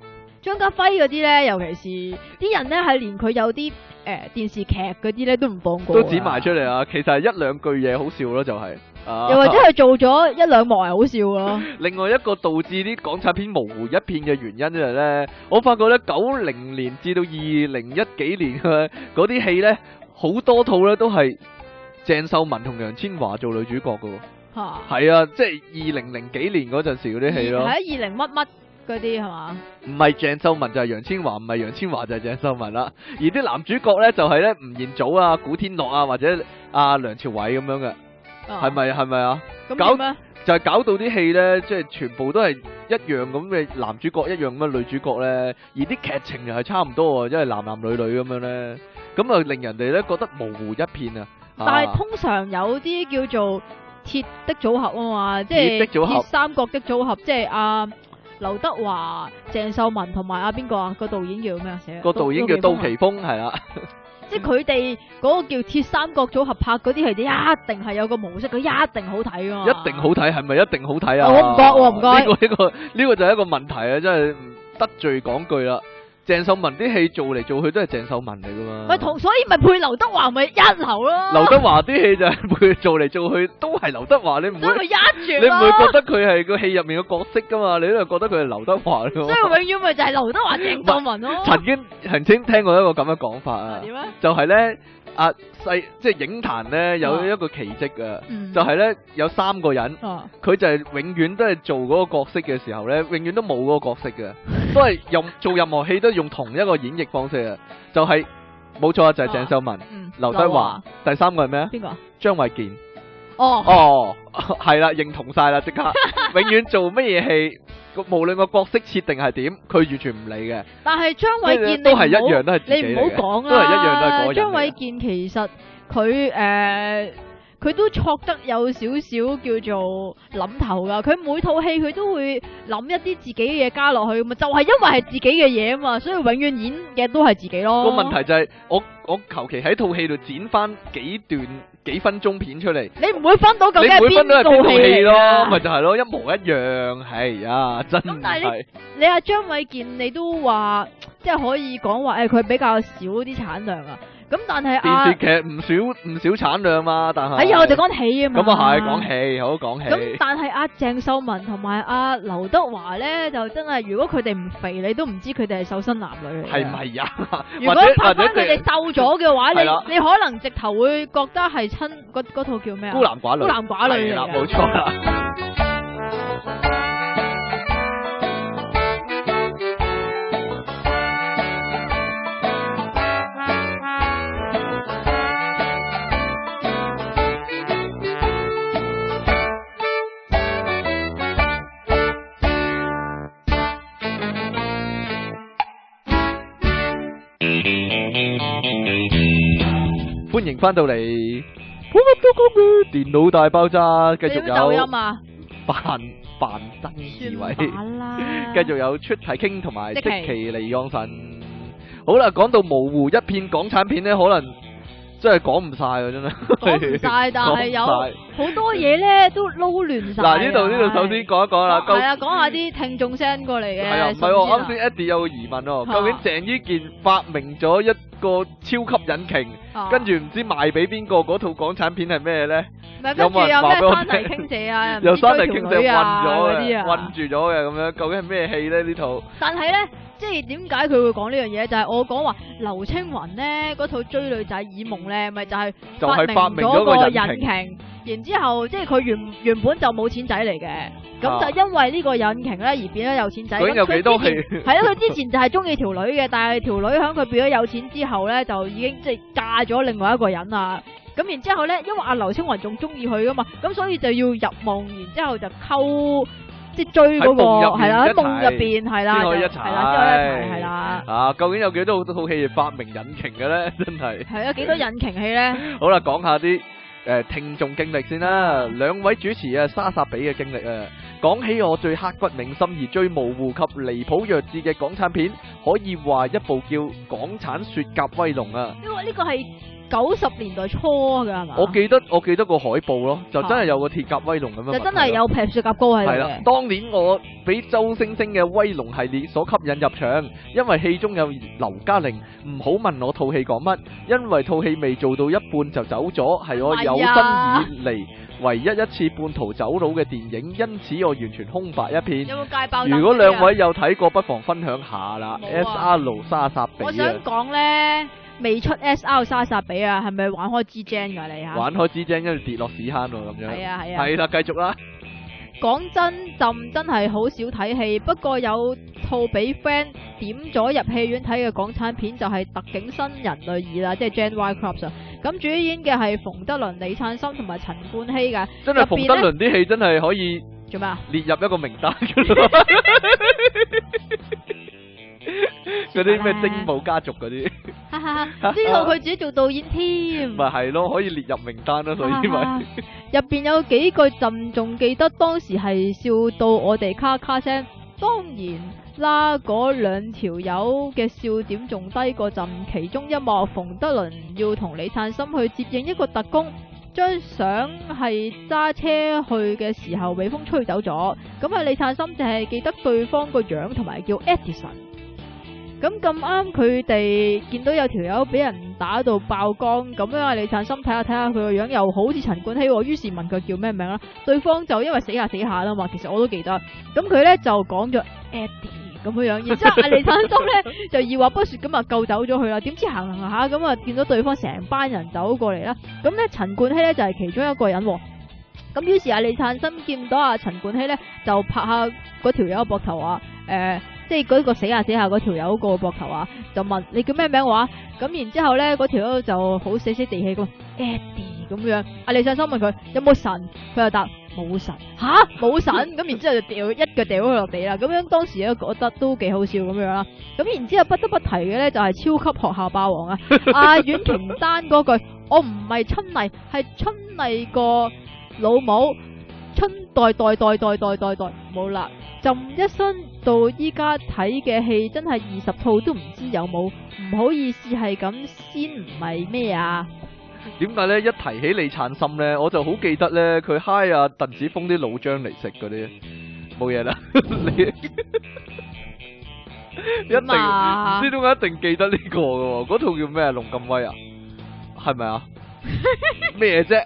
張家輝嗰啲咧，尤其是啲人咧係連佢有啲誒電視劇嗰啲咧都唔放過，都剪埋出。嚟啊，其實係一兩句嘢好笑咯，就係啊，又或者佢做咗一兩幕係好笑嘅 咯，另外一個導致啲港產片模糊一片嘅原因就係咧，我發覺咧九零年至到二零一幾年嘅嗰啲戲咧，好多套咧都係鄭秀文同楊千嬅做女主角嘅喎。嚇係啊，即係二零零幾年嗰陣時嗰啲戲係咯啊，，二零乜乜嗰啲係嘛？唔係鄭秀文就係楊千嬅，唔係楊千嬅就係鄭秀文啦。而啲男主角咧就係咧吳彥祖啊、古天樂啊或者啊梁朝偉咁樣嘅，啊係係？咪係咪啊？哦咁點咧？就係搞到啲戲呢，即係全部都係一樣咁嘅男主角，一樣咁嘅女主角呢，而啲劇情又係差唔多喎，因為男男女女咁樣呢，咁啊令人哋呢覺得模糊一片啊。但係啊通常有啲叫做鐵的組合啊嘛，即鐵的係組合鐵三角的組合，即係阿劉德華、鄭秀文同埋阿邊個啊？個導演叫咩啊？寫個導演叫杜琪峰係啦，即係佢哋嗰個叫鐵三角組合拍嗰啲戲，一定係有個模式，佢一定好睇啊噶嘛，一定好睇，係咪一定好睇啊？我唔覺喎唔該呢個呢個呢個就係一個問題啊，真係唔得罪講句啦。鄭秀文啲戲做嚟做去都係鄭秀文嚟噶嘛。咪同所以咪配劉德華咪一流咯，劉德華啲戲就係佢做嚟做去都係劉德華，你唔所以會咪一你絕唔會咯覺，得佢係個戲入面嘅角色噶嘛？你都係覺得佢係劉德華所以咯。永遠咪就係劉德華鄭秀文咯。 曾經曾經聽過一個咁嘅講法啊，點啊？就係咧啊細即係影壇咧有啊一個奇蹟啊，嗯，就係咧有三個人。啊，佢就係永遠都係做嗰個角色嘅時候咧，永遠都冇嗰個角色嘅，都係 用做任何戲都用同一個演繹方式嘅，就係冇錯啊，就係鄭秀文、嗯，劉德華，第三個係咩啊？邊個啊？張衛健。哦，哦，係啦，認同晒啦，即刻， 永遠做乜嘢戲，個無論個角色設定係點，佢完全唔理嘅，但係張衛健都係一你唔好樣，都係自己你唔嚟嘅。好講啦，啊都係一樣都係啊嗰個人嚟嘅張衛健其實佢誒。呃佢都錯得有少少叫做諗頭㗎，佢每套戲佢都會諗一啲自己嘅嘢加落去，咪就係、因為係自己嘅嘢啊嘛，所以永遠演嘅都係自己咯。個問題就係我我求其喺套戲度剪翻幾段幾分鐘片出嚟。你唔會分到究你竟係每分都係邊套套戲戲嚟咯，㗎咪就係咯，一模一樣，係啊，真咁但係係你阿張偉健你都話即係可以講話誒，佢、比較少啲產量啊。咁但係電阿視劇唔少唔少產量嘛，但係哎呀，我哋講起啊嘛。咁啊係講。戲，好講咁戲，但係阿鄭秀文同埋阿劉德華咧，就真係如果佢哋唔肥，你都唔知佢哋係瘦身男女嚟。係？咪 呀？如果或者拍或者翻佢哋瘦咗嘅話，係啦你你可能直頭會覺得係親嗰嗰套叫咩啊？孤男寡女，孤男寡女係嚟啦，㗎冇錯啦。歡迎翻到嚟。好咁多講嘅電腦大爆炸，繼你續有冇走有音啊？扮扮真智慧，算把啦。 繼續有出題傾同埋即即期期離岸神。好啦，講到模糊一片港產片咧，可能真係講唔晒啊，真講係唔晒，但係有講唔晒好多嘢咧都撈亂晒。嗱，呢度呢度首先講一講啦，係啊，究講下啲聽眾 send 過嚟嘅。係啊，唔係信喎，啱先先 Eddie 有個疑問喎，嚇究竟鄭伊健發明咗一個超級引擎，啊跟住唔知賣俾邊個嗰套港產片係咩咧？唔係有跟住冇人有話咩俾我山泥聽傾瀉啊，由唔知山泥居傾瀉條混女啊咗嗰啲嘅，啊混住咗嘅咁樣，究竟係咩戲咧？呢套但係咧，即係點解佢會講呢樣嘢？就係、我講話劉青雲咧嗰套追女仔耳夢咧，咪就係嗯就係發明咗咗個個引引擎，擎，然之後即係佢原原本就冇錢仔嚟嘅，啊咁就因為呢個引擎咧而變咗有錢仔。究竟有幾多戲咁佢之前？ 係啊啦，佢之前就係中意條女嘅，但係條女喺佢變咗有錢之後咧，就已經即係嫁咗另外一個人啦。咁然之後咧，因為阿劉青雲仲中意佢噶嘛，咁所以就要入夢，然之後就溝即係追嗰、個喺夢入面係啦，喺一夢入邊係啦，就齊先可以一齊係啦，先可以一齊係啦，啊？究竟有幾多套戲係發明引擎嘅 咧？真係係啊，幾多引擎戲咧？好啦，講下啲。誒、聽眾經歷先啦，兩位主持啊，莎莎比嘅經歷啊，講起我最刻骨銘心而最模糊及離譜弱智嘅港產片，可以話一部叫《港產雪甲威龍》啊，因為呢個係九十年代初㗎係嘛？我記得我記得個海報咯，就真係有個鐵甲威龍咁樣，就真係有劈雪甲高喺度啊係啦嘅，，當年我俾周星星嘅《威龍》系列所吸引入場，因為戲中有劉嘉玲，唔好問我套戲講乜，因為套戲未做到一半就走咗，係哎我有生以嚟唯一一次半途走佬嘅電影，因此我完全空白一片。有冇戒爆？如果兩，位有睇過，不妨分享下啦。S 啊冇 R 啊莎莎比我想啊，講咧，未出 SR 莎莎比啊，係咪玩開 G Gen 㗎你啊？玩開支精跟住跌落屎坑喎咁係樣。啊係啊，係啦，繼續啦。講真，朕真係好少睇戲，不過有套俾 friend 點咗入戲院睇嘅港產片就係《特警新人類二》啦，即係 Gen Y Club 啊。咁主演嘅係馮德倫、李燦森同埋陳冠希㗎。真係入邊馮德呢倫啲戲真係可以。做咩啊？列入一個名單㗎啦嗰啲咩精武家族嗰啲，哈哈哈！知道佢自己做導演添。咪係咯，可以列入名單 啦，所以咪啊入边有幾句朕仲記得，當時係笑到我哋咔咔聲。當然啦，嗰兩條友嘅笑點仲低過朕。其中一幕，馮德倫要同李燦森去接應一個特工，張相係揸車去嘅時候被風吹走咗。咁啊，李燦森就係記得對方個樣同埋叫 Edison。咁咁咁啱佢哋見到有條友俾人打到爆光，咁樣李燦心睇下睇下佢個樣又好似陳冠希喎，於是問佢叫咩名啦。啊對方就因為死下死下啦嘛，其實我都記得。咁佢咧就講咗 Eddie 咁樣樣，然之後阿李燦心咧就二話不說咁啊救走咗佢啦。點知行行下咁啊見到對方成班人走過嚟啦，咁咧陳冠希咧就係、其中一個人喎。咁於是阿啊李燦心見到阿陳冠希咧，就拍下嗰條友膊頭啊，誒、即係嗰個死下死下嗰條友個膊頭啊，就問你叫咩名話？咁然之後咧，嗰條友就好死死地氣咁 Eddie 咁樣。阿李燦心問佢有冇神，佢就答冇神。吓，冇神？咁然之後就掉一腳掉咗佢落地啦。咁樣當時咧覺得都幾好笑咁樣啦。咁然之後不得不提嘅咧就係、超級學校霸王啊！阿阮瓊丹嗰句我唔係春麗，係春麗個。老母春代代代代代代代冇啦，朕一生到依家睇嘅戲真係二十套都唔知有冇，唔好意思係咁先唔係咩啊？點解咧？一提起李燦心咧，我就好記得咧，佢嗨啊鄧子峰啲老張嚟食嗰啲，冇嘢啦。 你一定咁啊唔知點解一定記得呢個嘅喎？嗰套叫咩啊？龍咁威啊？係 咪啊？咩啫？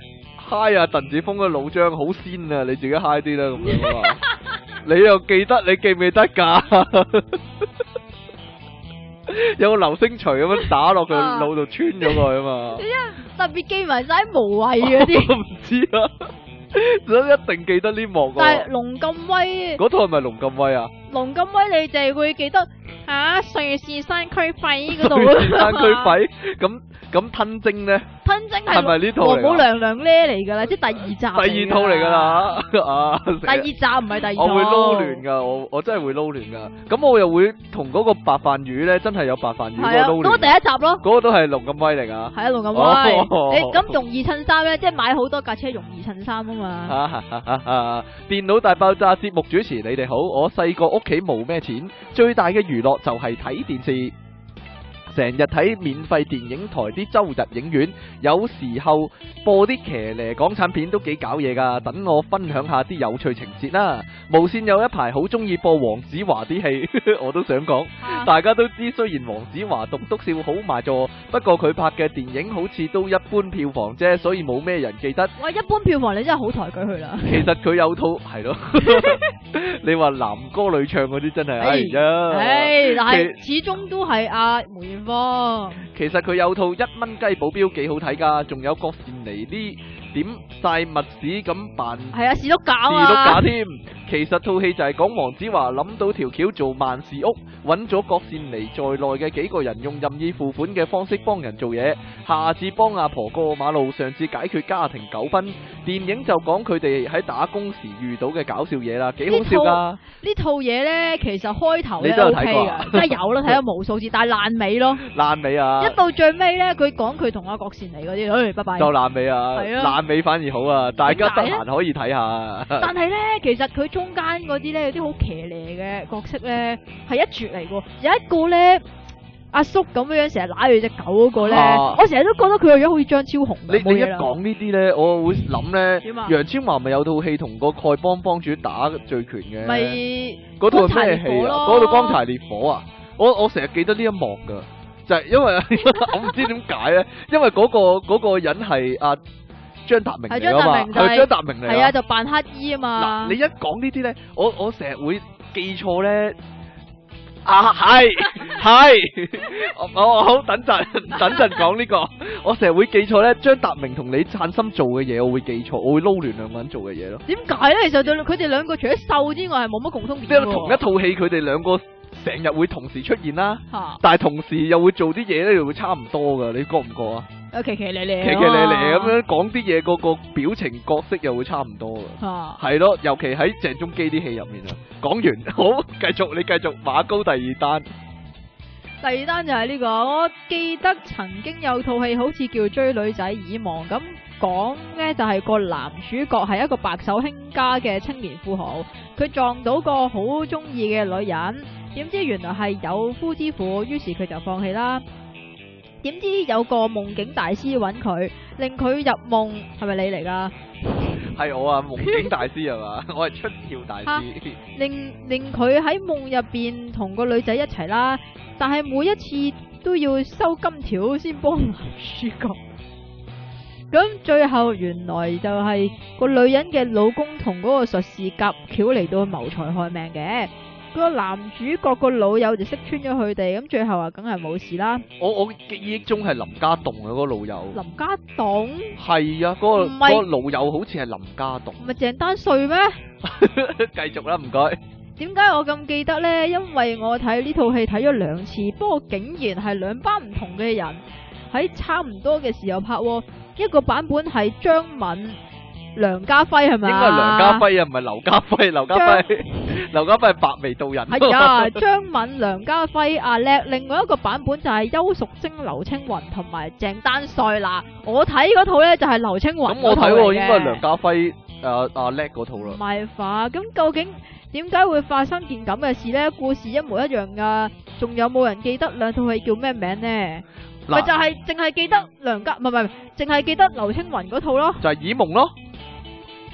嗨啊鄧子峰嘅老張好鮮啊！你自己嗨啲啦咁樣啊嘛。 你又記得？你記唔記得㗎？ 有個流星錘咁樣打落佢啊腦度穿咗佢啊嘛。 特別記埋晒無謂嗰 啲，我唔知啊，所以一定記得呢幕但係喎。龍咁威，嗰套係咪啊龍咁威啊？龍咁威你哋會記得 啊？瑞士山區肺嗰度 山區啊嘛費咁咁吞精咧，吞精係係咪呢套王嚟母㗎？娘娘咧嚟㗎啦，即係第二集第二套嚟 à? 㗎， 啦，啊！死第啦二集唔係第二套，我會撈亂㗎，我我真係會撈亂㗎。咁我又會同嗰個白飯魚咧，真係有白飯魚係啊，嗰都個撈第亂。一集咯。嗰個都係龍咁威嚟㗎。系啊，龍咁哦威。你咁容易襯衫咧，即係買好多架車容易襯衫啊嘛。哈哈哈哈！電腦大爆炸節目主持，你哋好。我細個屋企冇咩錢，最大嘅娛樂就係睇電視，成日睇免費電影台啲周日影院，有時候播啲騎呢港產片都幾搞嘢㗎。等我分享下啲有趣情節啦。無線有一排好中意播黃子華啲戲， 我都想講。啊大家都知，雖然黃子華棟篤笑好賣座，不過佢拍嘅電影好似都一般票房啫，所以冇咩人記得。喂，一般票房你真係好抬舉佢啦。其實佢有套 係咯，你話男歌女唱嗰啲真係哎哎呀！唉，但係始終都係阿梅艷芳。其實佢有套一蚊雞保鏢幾好睇㗎，仲有郭善妮呢點晒密屎咁扮字係啊，士碌架啊碌架嘛。添。其實套戲就係講黃子華諗到條橋做萬事屋，揾咗郭善妮在內嘅幾個人用任意付款嘅方式幫人做嘢，下至幫阿婆過馬路，上至解決家庭糾紛。電影就講佢哋喺打工時遇到嘅搞笑嘢啦，幾好呢笑㗎套！呢套嘢咧，其實開頭咧你都有 O 睇 K 過噶啊，梗係有啦，睇咗無數次，但係爛尾咯。烂尾 啊，一到最尾咧，佢講佢同阿郭善妮嗰啲，唉，拜拜。就烂尾啊，係啊烂尾反而好啊，大家得點解閒可以睇下。 但係咧，其實佢中間嗰啲咧，有啲好騎呢嘅角色咧，係一絕嚟嘅。有一個咧，阿叔咁樣成日揦住只狗嗰個咧，啊我成日都覺得佢個樣好似張超雄你咁。冇你一嘢啦講呢啲咧，我會諗咧點啊，楊千嬅咪有套戲同個丐幫幫主打醉拳嘅，咪嗰套乾係柴咩烈火戲啊？咯啊嗰套《乾柴烈火》啊，我我成日記得呢一幕㗎，就係因為 我唔知點解咧，因為嗰個嗰個人係阿張達明嚟係㗎嘛，張達明就係係張達明嚟係㗎啊，就扮乞衣啊嘛。嗱，你一講呢啲咧，我我成日會記錯咧。啊，係係， 我我好等陣， 等陣講呢個，我成日會記錯咧，張達明同李燦心做嘅嘢，我會記錯，我會撈亂兩個人做嘅嘢咯。點解咧？其實對佢哋兩個除咗瘦之外，係冇乜共通即點係喎。同一套戲，佢哋兩個成日會同時出現啦，嚇但係同時又會做啲嘢咧，又會差唔多噶，你覺唔覺啊？有奇奇咧騎咧，騎咧咧咁樣講啲嘢，個個表情角色又會差唔多噶。嚇。系咯，尤其喺鄭中基啲戲入面啊。講完， 好，繼續，你繼續馬高第二單， 第二單就係呢、個，我記得曾經有套戲好似叫《追女仔以忘》，咁講呢就係、個男主角係一個白手興家嘅青年富豪，佢撞到個好中意嘅女人，點知原來係有夫之婦，於是佢就放棄啦。點知有個夢境大師揾佢，令佢入夢，係咪你嚟㗎？係我啊，夢境大師係嘛？ 我係出竅大師，令令佢喺夢入邊同個女仔一齊啦，但係每一次都要收金條先幫男主角。咁最後原來就係個女人嘅老公同嗰個術士夾橋嚟到謀財害命嘅，個男主角個老友就識穿咗佢哋，咁最後啊梗係冇事啦。我我記憶中係林家棟啊，嗰個老友。林家棟係啊，嗰個唔係嗰個老友好似係林家棟。 唔係鄭丹瑞咩？繼續啦，唔該。點解我咁記得呢？因為我睇呢套戲睇咗兩次，不過竟然係兩班唔同嘅人喺差唔多嘅時候拍喎。一個版本係張敏、梁家輝係咪應啊該係梁家輝啊，唔係劉家輝。 劉家輝，劉家輝係白眉道人。 係啊，張敏、梁家輝、阿叻。另外一個版本就係邱淑貞、劉青雲同埋鄭丹瑞啦。我睇嗰套呢，就係劉青雲咁我睇睇過應該係梁家輝誒阿叻嗰套唔啦。係化，咁究竟點解會發生件咁嘅事呢？故事一模一樣噶，仲有冇人記得兩套戲叫咩名呢？咪就嗱，係淨係記得梁家，唔係唔係，淨係記得劉青雲嗰套咯，就係耳夢咯，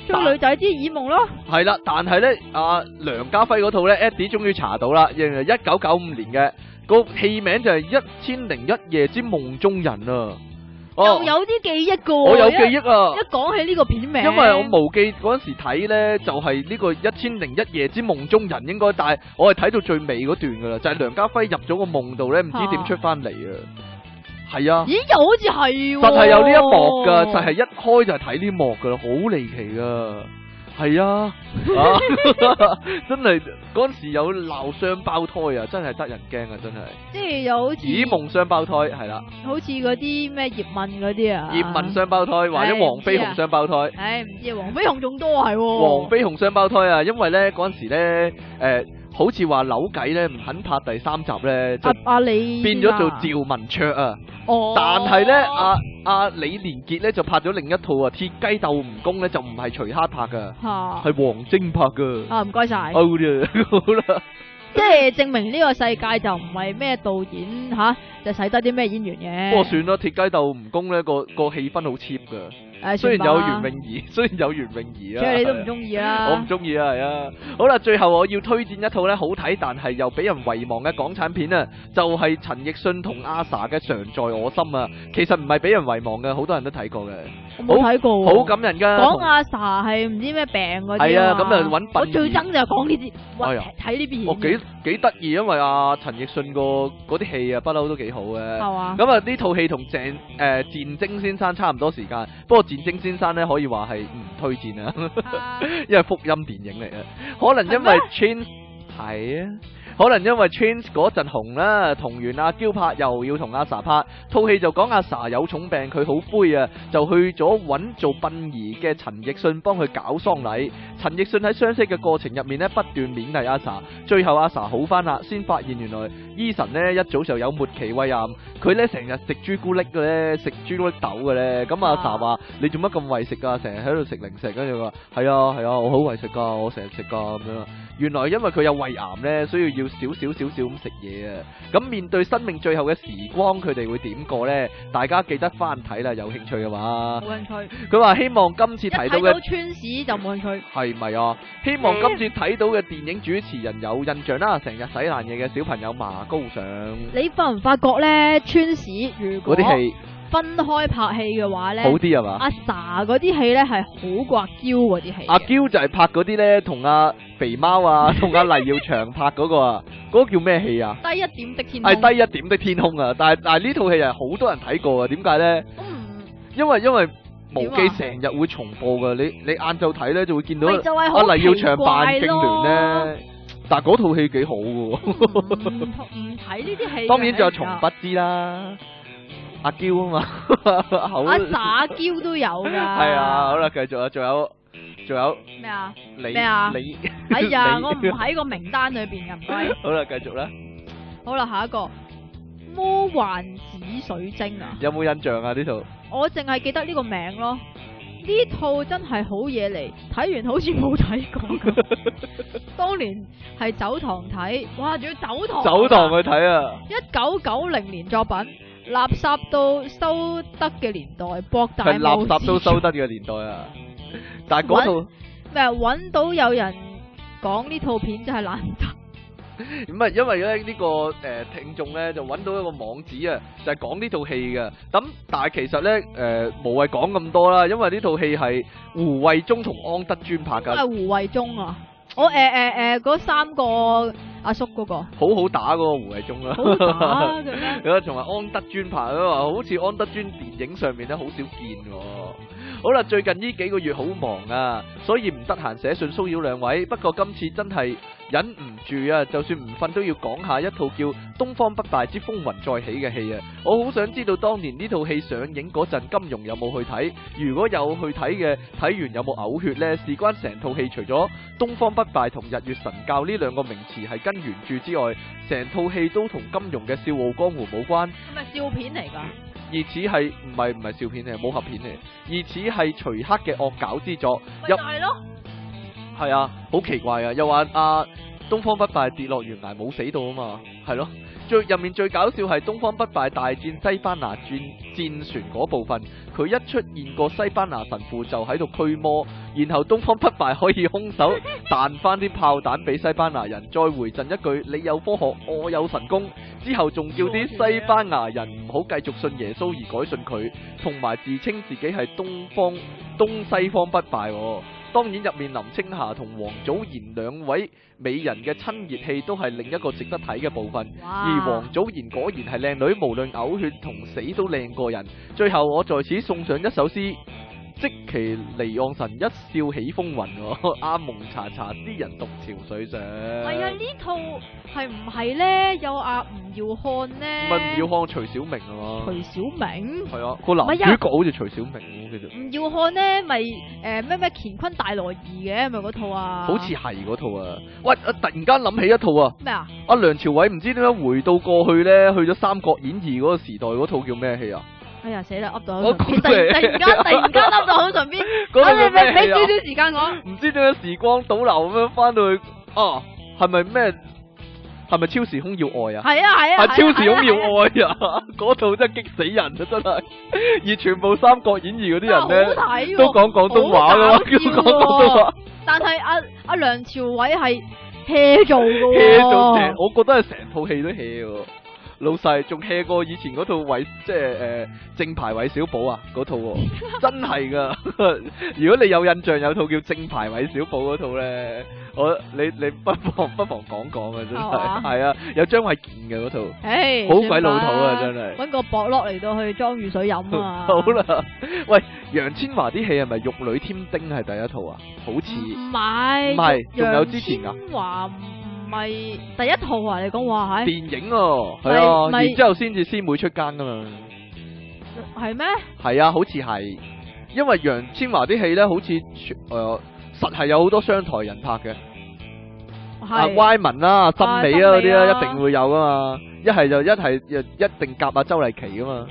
追女仔之耳夢咯，係啦。但係咧，阿梁家輝嗰套咧，Eddie 終於查到啦，原來一九九五年嘅個戲名就係《一千零一夜之夢中人》啊。哦又，有啲記憶噶喎。我有記一憶啊。一講起呢個片名，因為我無記嗰陣時睇呢，就係、呢個《一千零一夜之夢中人》應該，但係我係睇到最尾嗰段噶啦，就係、梁家輝入咗個夢度呢，唔知點出翻嚟啊！係啊，咦，又好似係喎，實係有呢一幕噶，就係、一開就係睇呢幕噶啦，好離奇噶，係啊，啊 真係嗰陣時有鬧雙胞胎啊，真係得人驚啊，真係即係又好似以夢雙胞胎係啦，好似嗰啲咩葉問嗰啲啊，葉問，雙胞胎或者唉黃唔知飛啊鴻雙胞胎。唉，唔知啊，黃飛鴻仲多係喎，黃飛鴻雙胞胎啊，因為咧嗰陣時咧，誒、好似話扭計咧唔肯拍第三集咧，就阿阿李變咗做啊趙文卓啊。哦，但係咧，阿阿李連杰咧就拍咗另一套啊，《鐵雞鬥蜈蚣》咧就唔係徐克拍噶，吓係王晶拍噶。啊，唔該晒， out 啦， 好啦，即係證明呢個世界就唔係咩導演吓，就使得啲咩演員不過嘅。算啦，《鐵雞鬥蜈蚣》咧個個氣氛好 cheap 噶，誒，雖算然吧有啦袁詠 儀，雖然有袁詠儀啊，所以你都唔係啊中意我唔啦。中意啊，係啊。好啦，最後我要推薦一套咧好睇但係又俾人遺忘嘅港產片啊，就係、陳奕迅同阿 sa 嘅《常在我心》啊。其實唔係俾人遺忘嘅，好多人都睇過嘅，我冇睇過喎。好感人㗎。講同阿 sa 係唔知咩病嗰啲嘛係啊咁就揾笨我最兒憎就係講呢啲，哎喂呀睇呢邊。我幾幾得意，因為阿、陳奕迅個嗰啲戲啊，不嬲都幾好嘅。係嘛？咁啊，呢套戲同鄭誒、呃、戰爭先生差唔多時間，不過戰爭先生咧可以話係唔推薦啊。 啊因為福音電影嚟嘅，可能因為 Chains 係啊，可能因為 Chains 嗰陣紅啦，同完阿嬌拍又要同阿 sa 拍，套戲就講阿 sa 有重病，佢好灰啊，就去咗揾做殯儀嘅陳奕迅幫佢搞喪禮。陳奕迅喺相識嘅過程入面呢，不斷勉勵阿 sa，最後阿 sa 好翻啦，先發現原來 Eason 呢一早就有末期胃癌，佢呢成日食朱古力嘅呢，食朱古力豆嘅呢。咁阿啊 sa 話：你做乜咁為食啊？成日喺度食零食，跟住佢話：係啊係啊，我好為食噶，我成日食噶咁樣。原來因為佢有胃癌呢，所以要少少少少咁食嘢啊。咁面對生命最後嘅時光，佢哋會點過呢？大家記得翻睇啦，有興趣嘅話。冇興趣，佢話希望今次嗯一提睇到嘅到川史就冇興趣。係咪啊？希望今次睇到嘅電影主持人有印象啦，成日洗爛嘢嘅小朋友麻高上你發唔發覺咧？川史如嗰果啲戲分開拍戲嘅話咧好，啲係嘛？阿 sa 嗰啲戲咧係好刮嬌嗰啲戲嘅。阿嬌就係拍嗰啲咧，同阿肥 貓啊，同阿黎耀祥拍嗰個啊，嗰個叫咩戲啊？低一點的天空。係低一點的天空啊！但係但係呢套戲係好多人睇過啊，點解咧？嗯因為因為無點記啊成日會重播噶，你你晏晝睇咧就會見到咪就係好阿黎耀祥扮奇怪痙咯攣咧，但係嗰套戲幾好噶喎。唔嗯唔睇呢啲戲。 當然仲有從不知啦，阿嬌啊嘛，好嗯阿撒啊嬌都有㗎。 係係啊，好。啦，繼續啊，仲有仲有咩啊？你咩啊你哎 呀，你我唔喺個名單裏邊嘅，唔該。好啦，繼續啦，好啦，下一個魔幻紫水晶 啊！有冇印象啊？呢套我淨係記得呢個名咯。呢套真係好嘢嚟，睇完好似冇睇過咁。 當年係走堂睇，哇！仲要走堂啊，走堂去睇啊，一九九零年作品，垃圾到收得嘅年代，博大係垃霧之圾都收中得嘅年代啊，但係嗰套咩揾到有人講呢套片真係難 得，唔係因為咧呢、個誒、呃、聽眾咧就揾到一個網址啊，就係講呢套戲嘅。咁但係其實咧誒、呃、無謂講咁多啦，因為呢套戲係胡慧中同安德尊拍都㗎，係胡慧中啊！我诶诶诶嗰三個阿叔嗰、個 好好打嗰個胡慧中啦。好打嘅咩？咁啊， 同埋安德尊拍啊嘛，好似安德尊電影上面咧好少見喎。好啦，最近呢幾個月好忙啊，所以唔得閒寫信騷擾兩位。不過今次真係忍唔住啊，就算唔瞓都要講下一套叫《東方北大之風雲再起》嘅戲啊！我好想知道當年呢套戲上映嗰陣，金融有冇去睇？如果有去睇嘅，睇完有冇嘔血呢？事關成套戲除咗東方北大同日月神教呢兩個名詞係跟原著之外，成套戲都同金融嘅《笑傲江湖》冇關。係咪笑片嚟㗎？而此係唔係唔係笑片嚟，武俠片嚟，而此係徐克嘅惡搞之作，咪入就係咯，係啊，好奇怪啊！又話啊，東方不敗跌落懸崖冇死到啊嘛，係咯。最入面最搞笑係東方不敗大戰西班牙戰戰船嗰部分，佢一出現個西班牙神父就喺度驅魔，然後東方不敗可以空手彈翻啲炮彈俾西班牙人，再回贈一句你有科學，我有神功。之後仲叫啲西班牙人唔好繼續信耶穌而改信佢，同埋自稱自己係東方東西方不敗、喎。當然入面林青霞同黃祖賢兩位美人嘅親熱戲都係另一個值得睇嘅部分。而哇黃！祖賢果然係靚女，無論嘔血同死都靚過人。最後我在此送上一首詩，即其離岸神一笑起風雲喎， 阿蒙查查詩人獨潮水上。係啊，呢套係唔係咧？有阿吳耀漢咧？唔係吳耀漢徐小明啊嘛，徐小明。係啊，個男唔主係啊角好似徐小明咁，其實吳耀漢咧，咪诶咩咩乾坤大挪移嘅，咪嗰套啊？好似係嗰套啊。喂，我突然間諗起一套啊，咩啊？阿梁朝偉唔知點解回到過去咧，去咗《三國演義》嗰個時代嗰套叫咩戲啊？哎呀死啦，噏到我口唇邊，估突然你突然間突 然間噏到口唇邊，嗰啊套叫你咪咩俾戲少啊？少時間我。唔知點解時光倒流咁樣翻到去啊，係咪咩？係咪超時空要愛啊？係啊係啊，係超時時空要愛啊！ 嗰套真係激死人啊！真係，而全部《三國演義》嗰啲人咧啊好睇喎都講廣東話噶嘛，好都搞笑喎講廣東話但係阿阿梁朝偉係 hea 做嘅 hea 到成， 喎，我覺得係成套戲都 hea 喎。老細仲 hea 過以前嗰套韋即係誒、呃正牌韋小寶啊嗰 套喎，真係噶！ 如果你有印象有套叫正牌韋小寶嗰套咧，我你你不妨 不妨講講啊，真係嘛係係啊，有張衛健嘅嗰套，唉，好鬼老土啊，真係。係。搵個博落嚟到去裝雨水飲啊！ 好，啦，喂，楊千嬅啲戲係咪《玉女添丁》係第一套啊？好似唔唔係，係仲有之前㗎楊千嬅唔係第一套啊！你講話係電影喎，係啊，咪咪然之後先至師妹出間噶嘛。係咩？係啊，好似係，因為楊千嬅啲戲咧，好似誒、呃、實係有好多商台人拍嘅，啊係歪文啦、森美啊嗰啊啲咧，森美啊一定會有噶嘛。一係就一係就一定夾阿周麗淇噶嘛，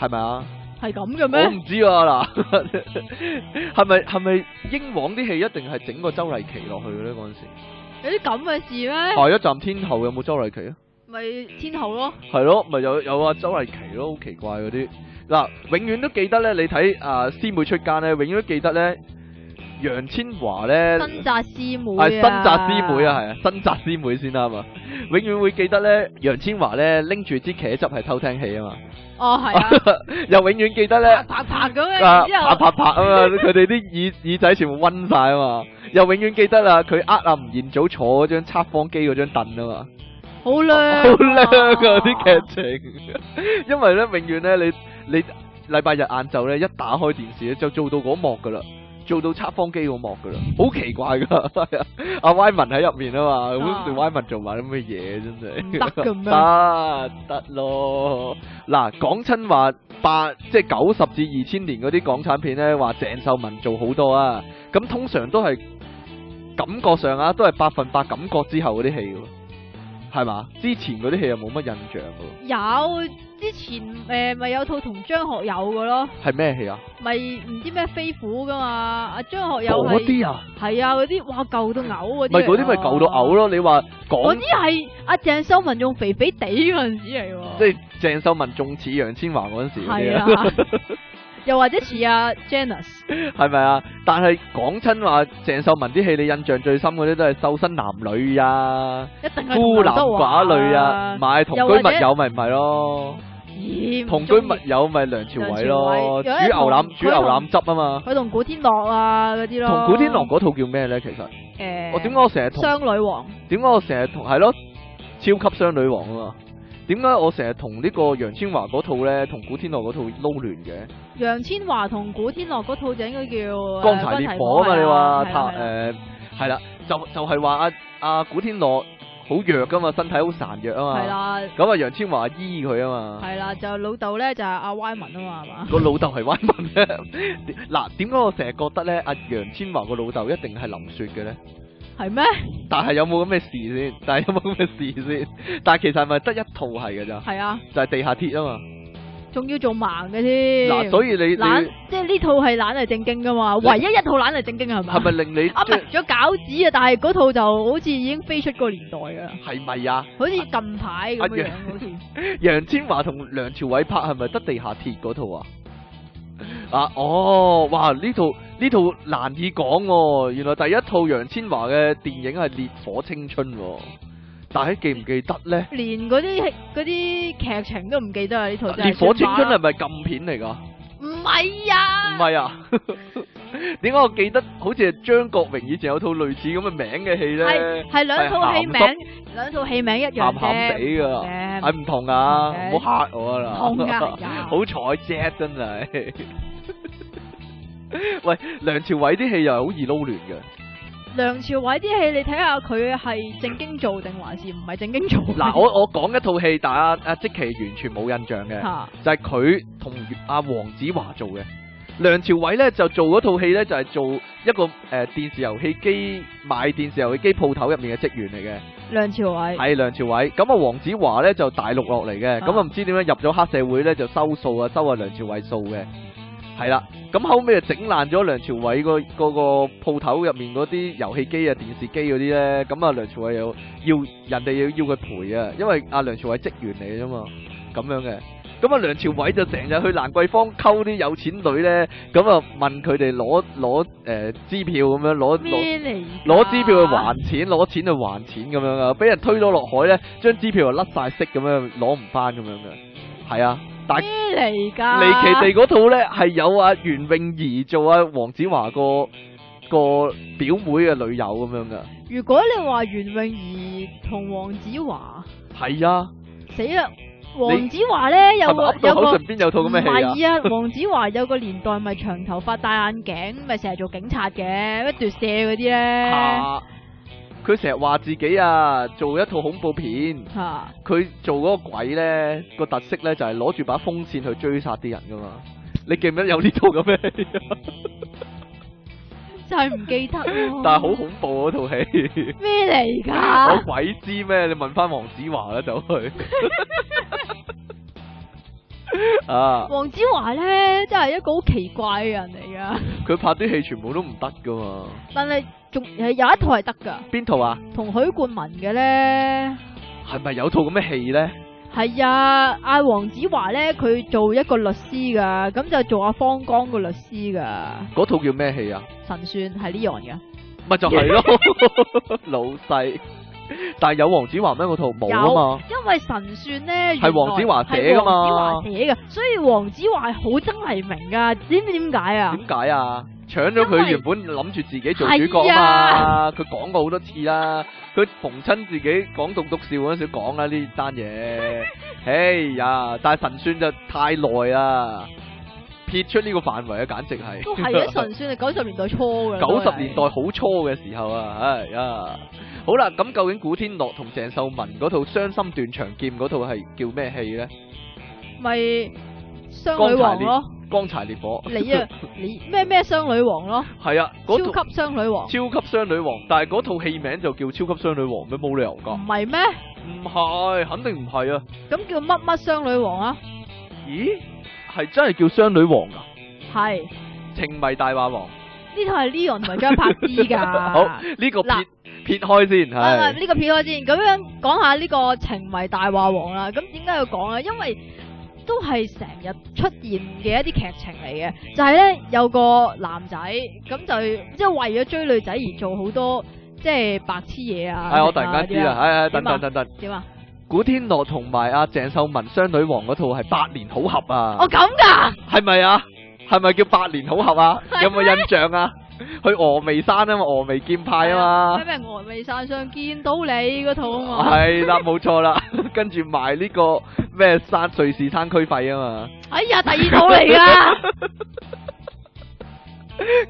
係咪啊？係咁嘅我咩？唔知啊嗱， 係咪係咪英皇啲戲一定係整個周麗淇落去嘅咧？嗰陣時，有啲咁嘅事咩？下一站天后有冇周麗淇啊？咪天后咯，係咯，咪有有啊周麗淇咯，好奇怪嗰啲。嗱，永遠都記得咧，你睇啊師妹出街咧，永遠都記得咧，楊千嬅咧新紮師妹嗯哎係新啊，紮師妹啊，係啊，新紮師妹先啱啊。永遠會記得咧，楊千嬅咧拎住支茄汁係偷聽器啊嘛，哦係 啊，又永遠記啪得咧。啪啪咁樣，然啊！之啪後啪啪啊嘛，佢哋啲耳耳仔全部温晒啊嘛，又永遠記得啦，佢呃阿吳彥祖坐嗰張測謊機嗰張凳啊嘛。好靚，好叻啊！啲劇情，因為咧永遠咧你你禮拜日晏晝咧一打開電視咧就做到嗰幕噶啦。做到測謊機嗰幕噶啦，好奇怪噶，係啊阿 Y 文喺入面啊嘛，啊咁時 Y 文做埋啲咩嘢真唔係得嘅咩 啊得得咯，嗱講親話八即係九十至二千年嗰啲港產片咧，話鄭秀文做好多啊，咁通常都係感覺上啊，都係百分百感覺之後嗰啲戲喎。係嘛？之前嗰啲戲又冇乜印象嘅有之前誒咪、有套同張學友嘅咯，喎，係咩戲啊？咪唔知咩飛虎噶嘛？阿張學友嗰係啲啊，係啊嗰啲，哇舊到嘔嗰啲嚟㗎，啊咪嗰啲咪舊到嘔咯！你話嗰講啲係阿鄭秀文用肥肥地嗰陣時嚟即喎，係鄭秀文仲似楊千嬅嗰陣時嗰啲係啊，啊，又或者似阿 Janice， 係咪啊？但係講親話鄭秀文啲戲，你印象最深嗰啲都係瘦身男女啊、一定係同孤劉男德華寡女啊，唔，係同又居或者密友咪唔係咯？咦唔同居中密意友咪梁朝偉梁朝偉咯，煮有一牛腩同煮牛腩汁啊嘛。佢同古天樂啊嗰啲咯，同古天樂嗰套叫咩咧？其實誒，我點解我成日同雙女王點解我成日同係咯超級雙女王啊嘛？點解我成日同呢個楊千嬅嗰套咧，同古天樂嗰套撈亂嘅？楊千嬅同古天樂嗰套就應該叫誒乾柴烈火啊嘛，你係話拍啦係啦誒係啦，就就係話阿阿古天樂好弱噶嘛，身體好孱弱啊係嘛，啦咁啊楊千嬅醫佢啊嘛，係啦，就老豆咧就係阿 Y 文啊嘛，係嘛？個老豆係彎文咧。嗯 嗱，點解我成日覺得咧阿楊千嬅個老豆一定係林雪嘅咧？係咩？但係有冇咁嘅事先？但係有冇咁嘅事先？但係其實係咪得一套係㗎咋？係啊，就係地下鐵啊嗯嘛。仲要做盲嘅添。嗱，所以你懶你即係呢套係懶係正經噶嘛，你唯一一套懶係正經係咪？係咪令你啊，唔係，仲有餃子啊，但係嗰套就好似已經飛出個年代噶啦，係咪啊？好似近排咁樣樣，啊好似楊千嬅同梁朝偉拍係咪得地下鐵嗰套啊？啊哦，哇！呢套呢套難以講喎、原來第一套楊千嬅嘅電影係《烈火青春、喎，但係記唔記得呢？連嗰啲嗰啲劇情都唔記得啊！呢套真係烈火青春》係算吧咪禁片嚟㗎？唔係唔啊？係啊？ 點解我記得好似係張國榮以前有套類似咁嘅名嘅戲呢？係係兩套戲係鹹濕名，兩套戲名一樣鹹鹹啫。地㗎，誒係唔同啊！唔唔好嚇我啦！唔同 㗎哎呀好彩啫，真係。 喂，梁朝偉啲戲又係好易撈亂嘅。梁朝偉啲戲你睇下佢係正經做定還是唔係正經做？嗱，我我講一套戲，但阿阿即奇完全冇印象 嘅，嚇就係佢同阿黃子華做嘅。梁朝偉咧就做嗰套戲咧，就係、做一個誒、呃、電視遊戲機賣電視遊戲機鋪頭入面嘅職員嚟梁朝偉嘅，係梁朝偉。咁啊，黃子華咧就大陸落嚟嘅，咁啊唔知點樣入咗黑社會咧就收數啊，收阿梁朝偉數嘅，係啦。咁後尾就整爛咗梁朝偉個嗰個鋪頭入面嗰啲遊戲機啊、電視機嗰啲咧，咁啊梁朝偉又要人哋要要佢賠啊，因為阿梁朝偉職員嚟嘅啫嘛，咁樣嘅。咁啊梁朝偉就成日去蘭桂坊溝啲有錢女咧，咁啊問佢哋攞攞誒支票咁樣攞攞。咩啊嚟㗎？攞支票去還錢，攞錢去還錢咁樣啊！俾人推咗落海咧，張支票又甩晒色咁樣，攞唔翻咁樣嘅，係啊！但咩嚟㗎？離奇地嗰套咧係有阿袁詠儀做阿黃子華個個表妹嘅女友咁樣噶，如果你話袁詠儀同黃子華，係啊，死啦！黃子華咧有係咪個噏到有口個唇邊有套咁嘅戲啊？係啊，黃子華有個年代咪長頭髮戴眼鏡，咪成日做警察嘅，咩奪舍嗰啲咧啊佢成日話自己啊做一套恐怖片，嚇，佢做嗰個鬼咧個特色咧就係攞住把風扇去追殺啲人噶嘛。你記唔記得有呢套咁嘅戲啊？真係唔記得喎。但係好恐怖嗰啊套戲，咩嚟我㗎？鬼知咩？你問翻黃子華啦，就去啊！黃子華咧真係一個好奇怪嘅人嚟㗎，佢拍啲戲全部都唔得噶嘛？但係仲有一套係得㗎，邊套啊？同許冠文嘅咧。係咪有套咁嘅戲咧？系啊，阿黃子華咧，佢做一個律師噶，咁就做阿方剛個律師噶，嗰套叫咩戲啊？神算係呢樣嘅，咪就係咯，老細。但係有黃子華咩？嗰套冇啊嘛。因為神算咧係黃子華寫㗎嘛係黃子華寫嘅，所以黃子華係好憎黎明噶，知唔知點解啊？點解啊？搶咗因佢為原本諗住自己做主角啊嘛，佢講過好多次啦，佢逢親自己講棟篤笑嗰陣時講啦呢單 嘢。哎呀，但係神算就太耐啦，撇出呢個範圍啊，簡直係。都係 啊嘅，神算係九十年代初噶，九十年代好初嘅時候啊，唉呀，好啦，咁究竟古天樂同鄭秀文嗰套《傷心斷腸劍》嗰套係叫咩戲呢？咪雙女王咯，乾柴烈火。你啊，你咩咩雙女王咯， 係啊，超嗰套級雙女王超級雙女王，但係嗰套戲名就叫《超級雙女王》咩？冇理由唔㗎。係咩？嗯唔係，肯定唔係啊。咁叫乜乜雙女王啊？咦？係真係叫雙女王㗎？係情迷大話王。呢套係 Leon 同埋張柏芝噶。 好，呢個撇嗱撇開先，喂喂，係啊呢個片開先，咁樣講下呢個情迷大話王啦。咁點解要講咧？因為都係成日出現嘅一啲劇情嚟嘅，就係咧有個男仔咁就即係為咗追女仔而做好多即係白痴嘢啊！哎係我突然間知成啦，啊！係係等點啊等等等，點啊？古天樂同埋阿鄭秀文雙女王嗰套係八年好合啊我，哦咁㗎，係咪啊？係咪叫八年好合啊？有冇印 象啊？去峨眉山啊嘛，峨眉劍派啊哦咩嘛。咩峨眉山上見到你嗰套啊嘛！係啦，冇錯啦， 跟住埋呢個咩山瑞士山區費啊嘛，哎呀，第二套嚟㗎，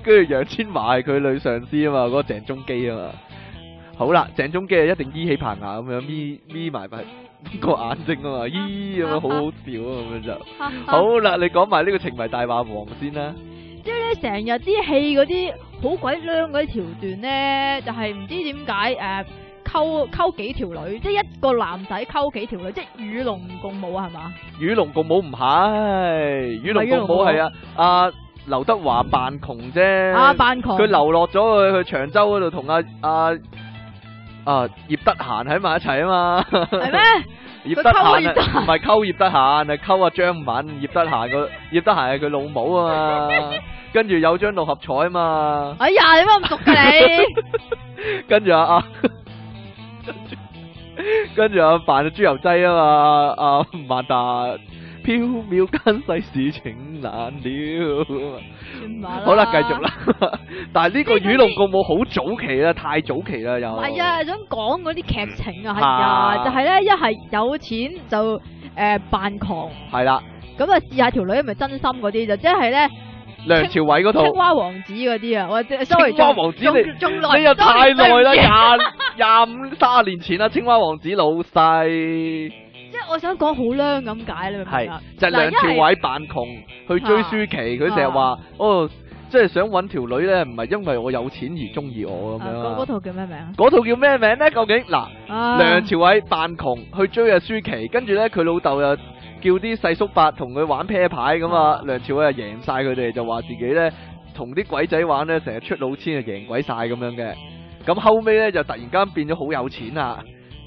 跟住楊千嬅係佢女上司啊嘛，嗰、個鄭中基啊嘛。好啦，鄭中基啊係一定依起棚牙咁樣眯眯埋埋個眼睛 啊嘛，咦咁樣好好笑啊咁樣就。好啦，你講埋呢個情迷大話王先啦。即係咧成日啲戲嗰啲好鬼僆嗰啲橋段咧，就係、唔知點解誒溝溝幾條女，即係一個男仔溝幾條女，即係與龍共舞啊，係嘛？與龍共舞唔係，與龍共舞係啊，阿劉德華扮窮啫。啊，扮狂佢流落咗去去長洲嗰度同阿阿啊葉德閒喺埋一齊啊嘛，係 咩？葉德溝阿葉閒德啊嫻唔係溝葉德閒，係溝阿張敏，葉德閒個葉德閒係佢老母 啊嘛，跟住有張六合彩啊嘛，哎呀，點解咁熟嘅你？ 跟住啊啊，跟住 跟住啊扮豬油劑啊嘛，阿吳孟達。飄渺間世事情難了，算啊吧好啦，繼 續。啦。但係呢個與龍共舞好早期啦，太早期啦又。唔係啊，想講嗰啲劇情啊，係啊啊，就係咧一係有錢就誒扮狂，系啦，咁啊試下條女係咪真心嗰啲就即係咧梁朝偉嗰青套，蛙王子嗰啲啊，或者 sorry，青蛙王子仲你仲仲耐你又太耐啦，對唔住廿廿五卅年前啦，青蛙王子老細即係我想講好靚咁解，你明唔明係啊？就係梁朝嗱因為偉扮窮去追舒淇，佢成日啊話哦，即係想揾條女咧，唔係因為我有錢而中意我咁啊樣嗰嗰啊。套叫咩名啊？嗰套叫咩名咧？究竟嗱，啊梁朝偉扮窮去追阿舒淇，跟住咧佢老豆又叫啲細叔伯同佢玩 pair 牌咁啊，梁朝偉又贏晒佢哋，就話自己咧同啲鬼仔玩咧，成日出老千就贏鬼晒咁樣嘅。咁後尾咧就突然間變咗好有錢啦，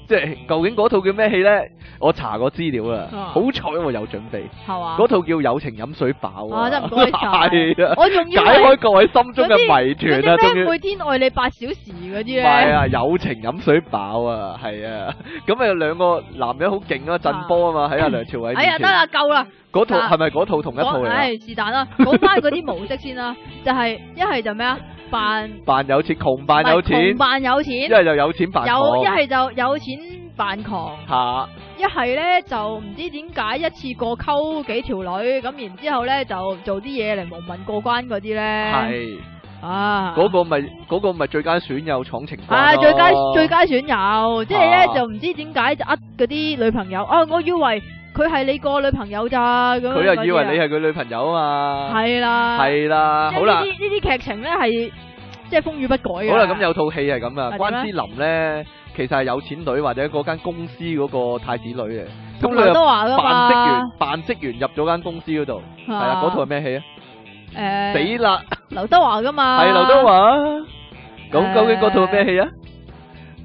即係究竟嗰套叫咩戲咧？我查過資料啦，啊好彩我有準備，係嘛？嗰套叫《友情飲水飽》啊真係唔該晒 係啊我仲解要係開各位心中嘅謎嗰團啦，啊啲終咩於。每天愛你八小時嗰啲唔係咧，啊，友情飲水飽啊，係啊，咁啊有兩個男人好勁啊，震波啊嘛，喺阿梁朝偉哎呀面得前，啦夠啦。嗰套啊係咪嗰套同一套講嚟啊？唉，是但啦，講翻嗰啲模式先啦， 就係一係就咩啊，扮扮有錢，窮扮有錢，窮一扮有錢，有係就有錢扮一窮，係就有錢扮狂，嚇一係咧就唔知點解一次過溝幾條女，咁然之後咧就做啲嘢嚟蒙混過關嗰啲咧，係啊嗰個咪嗰個咪最佳選友闖情關啊咯最佳最佳選友，即係啊咧就唔知點解就呃嗰啲女朋友，啊我以為佢係你個女朋友咋，咁佢又以為你係係佢女朋友啊嘛，係啊啦，係啦，即係好啦呢。啲呢啲劇情咧係即係風雨不改嘅。好啦，咁有套戲係咁係啊，點關之琳咧其實係有錢女或者嗰間公司嗰個太子女嚟，咁同佢劉又德華噶扮職員嘛，，扮職員入咗間公司嗰度，係係啊，嗰套係咩戲啊？誒死啦，劉德華噶嘛，係劉德華啊。咁誒究竟嗰套咩戲啊？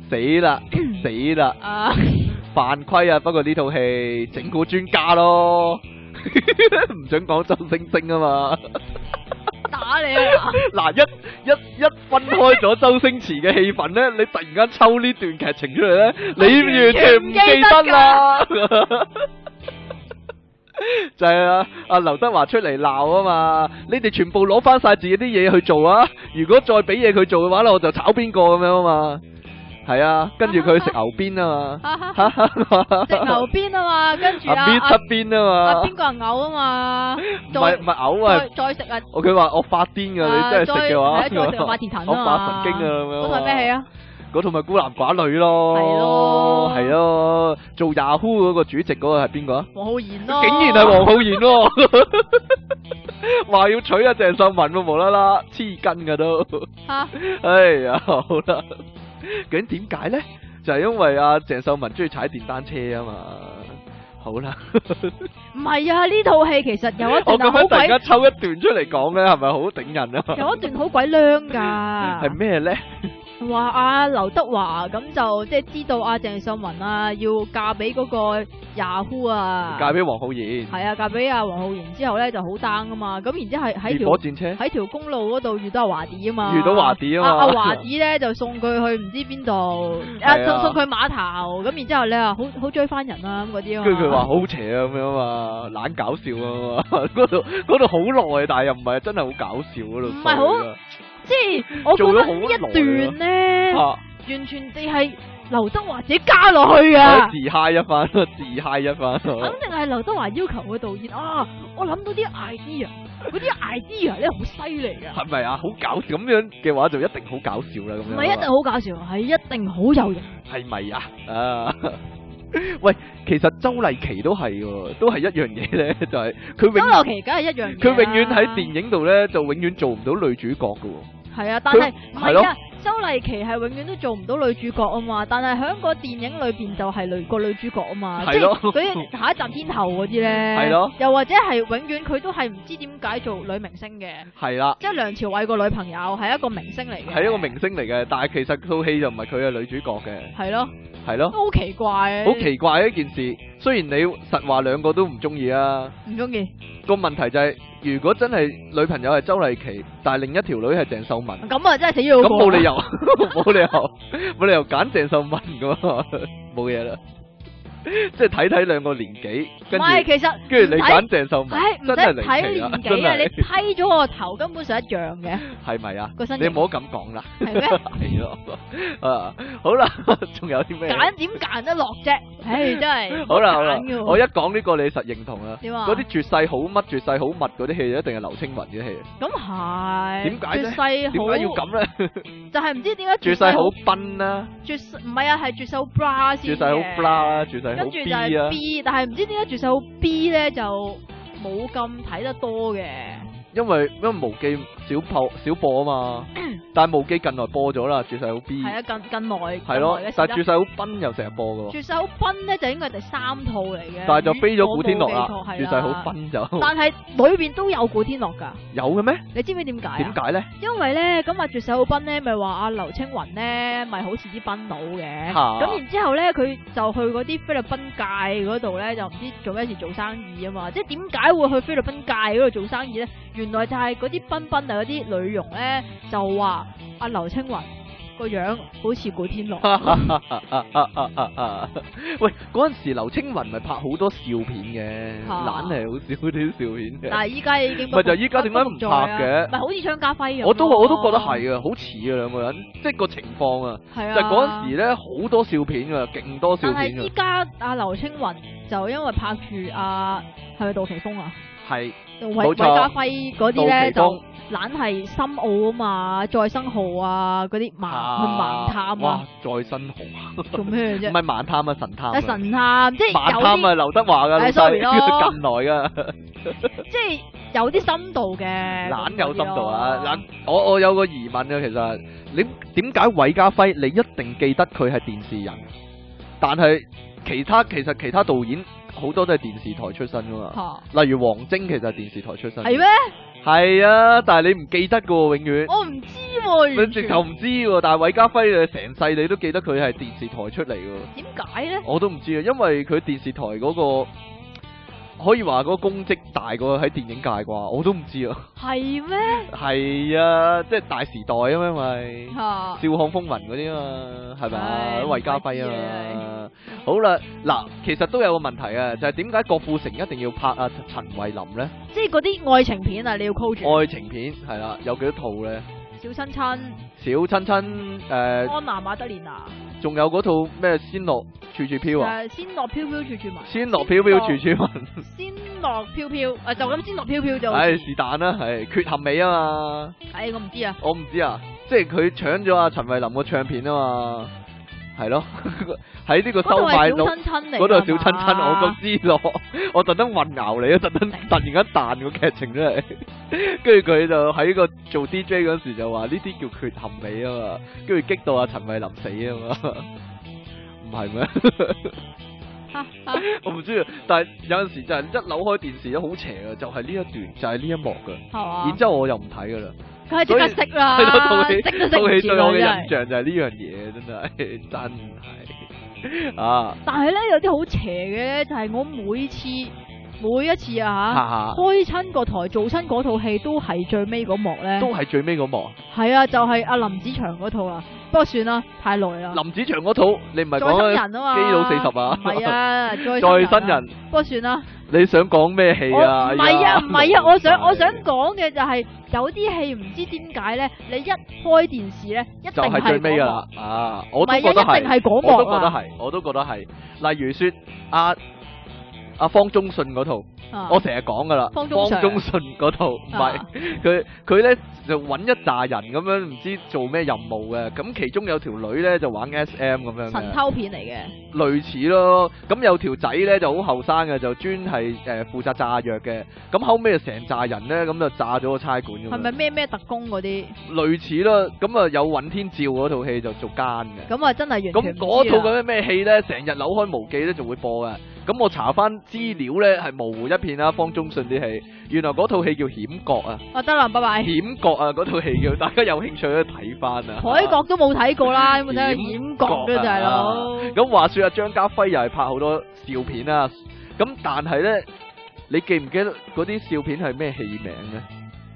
死 啦，死啦，啊， 犯規啊！不過呢套戲整蠱專家咯， 唔准講周星星啊嘛。打你啊！嗱，一一一分開咗周星馳嘅戲份咧，你突然間抽呢段劇情出嚟咧，你完全唔記得啦。就係啊，阿劉德華出嚟鬧啊嘛，你哋全部攞翻晒自己啲嘢去做啊！如果再俾嘢佢做嘅話咧，我就炒邊個咁樣啊嘛。係啊，跟住佢食牛鞭啊哈 哈嘛，食牛鞭啊嘛，跟住阿啊鞭啊七鞭啊啊嘛邊，個人嘔啊嘛，唔再係唔係嘔啊再，再食啊！我佢話我發癲㗎，你真係食嘅話，啊再係啊再食 啊馬田騰啊我嘛發神經啊咁樣。嗰套係咩戲？啊？嗰套咪孤男寡女咯，係咯係咯，做 Yahoo 嗰個主席嗰個係邊個啊？黃浩然咯，竟然係黃浩然喎， 話要娶阿鄭秀文喎，無啦啦黐筋噶都， 嚇哎呀好啦，究竟點解咧？就係因為阿鄭秀文中意踩電單車啊嘛，好 啦，唔係啊！呢套戲其實有一我段咁啊好樣突鬼然間抽一段出嚟講咧，係咪好頂人啊？啊有一段好鬼僆㗎，係咩咧？好話阿劉德華咁就即係知道阿鄭秀文啊要嫁俾嗰個 Yahoo 啊，嫁俾黃浩然，係啊嫁俾阿黃浩然之後咧就好 down 啊嘛，咁然之後係啊喺熱條火戰車喺條公路嗰度遇到阿華迪啊嘛，遇到華迪啊嘛阿華迪咧就送佢去唔知邊度，啊係啊送送佢碼頭，咁然之後咧好好追翻人啊咁嗰啲啊嘛，跟住佢話好邪啊咁樣啊嘛， 懶搞笑啊嘛，嗰度嗰度好耐，但係又唔係真係好搞笑啊嗰度。唔係好即係我覺做咗得好呢耐啊一段咧啊完全地係劉德華自己加落去我啊。自嗨一番，自嗨一番。啊肯定係劉德華要求嘅導演啊！我諗到啲 idea，嗰啲 idea 咧好犀利噶，係咪啊？好搞笑咁樣嘅話就一定好搞笑啦。咁樣啊唔係一定好搞笑，係一定好有型。係咪啊？啊！ 喂，其實周麗淇都係喎，都係一樣嘢咧， 就係佢周永樂琪梗係一樣嘢啦，啊佢永遠喺電影度咧，就永遠做唔到女主角嘅喎。係啊，但係唔係係咯啊？周麗淇係永遠都做唔到女主角啊嘛，但係喺個電影裏邊就係女個女主角啊嘛，即係咯係嗰啲下一集天后嗰啲咧，係咯，又或者係永遠佢都係唔知點解做女明星嘅，係啦，即係梁朝偉個女朋友係一個明星嚟嘅，係一個明星嚟嘅，但係其實套戲就唔係佢嘅女主角嘅，係咯，係咯，都好奇怪啊，好奇怪嘅一件事。雖然你實話兩個都唔中意啊，唔中意。個問題就係、如果真係女朋友係周麗淇，但係另一條女係鄭秀文，咁啊，真係死咗咁好過冇理由， 冇理由，冇理由揀鄭秀文噶 嘛，冇嘢啦。即係睇睇兩個年紀，唔跟係，住其實跟住你唔睇揀鄭秀文唉，唔，使真係離奇啦，睇年真紀啊！你係批咗個頭根本上一樣嘅，係咪啊？個身你形唔好咁講啦。係 咩？系咯，啊，好啦， 仲有啲咩？揀點揀得落 啫？唉，真係 好啦好啦揀嘅，喎我一講呢個你實認同啦。點啊？嗰啲絕世好乜絕世好密嗰啲戲，一定係劉青雲嘅戲。咁係點解啫絕點世好解要？咁咧？就係唔知點解絕世好賓啦，絕世唔係啊，係絕世好 bra 絕先世好嘅 bla 啦，絕世好跟住就 B 啊係。B，但係唔知點解絕世好 B 咧就冇咁睇得多嘅。因為因為無記少播少播啊嘛，但係無記近來播咗啦，絕世好 B 係啊，近近來係咯近來嘅，事但啦係絕世好賓又成日播噶喎，絕世好賓咧就應該係第三套嚟嘅，但係就飛咗古天樂如果啦我，冇記絕錯世好。賓就但係裏邊都有古天樂㗎，有嘅咩？你知唔知點解啊點？解咧？因為咧，咁啊，絕世好賓咧，咪話阿劉青雲咧，咪好似啲賓佬嘅。嚇咁然之後咧，佢就去嗰啲菲律賓界嗰度咧，就唔知做咩事做生意啊嘛。即係點解會去菲律賓界嗰度做生意咧？原來就係嗰啲賓賓啊，嗰啲女傭咧，就話阿劉青雲個樣好似古天 樂。喂，嗰陣時劉青雲咪拍好多笑片嘅，嚇懶係好少啲笑片嘅。但係依家已經咪就係依家點解唔拍嘅唔係好似張家輝咁。我都我都覺得係啊，好似啊兩個人，即係個情況啊，係就啊。係嗰陣時咧好多笑片㗎，勁多笑但係片啊依㗎，家阿劉青雲就因為拍住阿係咪杜琪峰啊？係韋冇韋錯家輝嗰啲杜琪咧就峰懶係深奧啊嘛，再生號啊嗰啲盲去盲探哇啊，，再新紅啊，做咩 唔啫？係盲探啊，神探啊啊，神探即係盲有探啲啊，劉德華㗎，老唉細 sorry 咯近來㗎，即係有啲深度 嘅，懶有深度啊，懶我我有個疑問啊，其實你點解韋家輝你一定記得佢係電視人，但係其他其實其他導演好多都係電視台出身㗎嘛。嚇例如王晶其實係電視台出身，啊哦 係咩？係啊，但係你唔記得噶喎，永遠我唔知喎，你完直全頭唔知喎。但係韋家輝你成世你都記得佢係電視台出嚟噶， 點解咧？我都唔知啊，因為佢電視台嗰、個可以話嗰個功績大過喺電影界啩，我都唔知啊。係咩？係啊，即係大時代啊嘛，因為。嚇笑看風雲嗰啲啊嘛，係咪啊唉？韋家輝啊嘛，好啦，嗱，其實都有個問題啊，就係點解郭富城一定要拍啊陳慧琳呢？即係嗰啲愛情片啊，你要 call 住愛情片係啦，有幾多套咧？小親親、小親親誒，安娜馬德蓮娜。仲、有嗰套咩《仙樂處處飄》啊，誒，仙樂飄飄處處聞， 《仙樂飄飄處處聞》 仙樂飄飄，誒就咁仙樂飄飄就，唉，是但啦，係缺陷美啊嘛，唉我唔知啊，我唔知啊，即係佢搶咗阿陳慧琳個唱片啊嘛，係咯， 喺呢個嗰收度買係到小。親親嚟㗎嘛，嗰度小親親，我個知咯，我特登混淆你啊，特登突然間彈個劇情出嚟，跟住佢就喺個做 DJ 嗰時就話呢啲叫缺陷美啊嘛，跟住激到阿陳慧琳死啊嘛，唔係咩？ 哈哈我唔知啊，但係有陣時就係一扭開電視咧，好邪啊，就係呢一段，就係呢一幕噶， 係嘛然之後我又唔睇噶啦，梗係即刻識啦 係咯，套，戲識都識套唔戲住對我嘅啦，印真係。象就係呢 樣嘢，真係真係啊！但係咧有啲好邪嘅咧，就係我每次每一次 啊吓。下開親個台做親嗰套戲都係最尾嗰幕咧下，都係最尾嗰幕啊。係啊，就係阿林子祥嗰套啊。不過算啦，太耐啦。林子祥嗰套，你唔係再講生緊人啊嘛，基佬40啊係 啊，再再生啊。人？不過算啦，你想講咩戲我啊？唔係啊，哎呀唔 係啊，我想我想真係講嘅就係有啲戲唔知點解咧，你一開電視咧，一定就係係最尾嗰噶幕啦，啊！唔我都係啊，覺得一定係嗰我都幕覺得啊。係，我都覺得係。例如説阿阿方中信嗰套，啊我成日講噶啦，方方中中信啊信嗰套唔係啊佢佢咧就揾一紮人咁樣唔知做咩任務嘅，咁其中有條女咧就玩 S.M. 咁樣神嘅，偷片嚟嘅，類似咯。咁有條仔咧就好後生嘅，就專係誒負責炸藥嘅。咁後尾就成紮人咧咁就炸咗個差館咁係咪樣，咩咩特工嗰啲？類似咯。咁啊有尹天照嗰套戲就做奸嘅。咁啊，真係完咁全唔嗰知套啦咁樣咩戲咧，成日扭開無記咧就會播嘅。啊咁我查翻資料咧係模糊一片啦，方中信啲戲，原來嗰套戲叫《險角》啊，啊，得啦，拜拜。險角》啊嗰套戲叫，大家有興趣去睇翻啊。海角都冇睇過啦，有冇睇過演啊演角嘅就係佬。咁話說啊，張家輝又係拍好多笑片啦。咁但係咧，你記唔記得嗰啲笑片係咩戲名咧？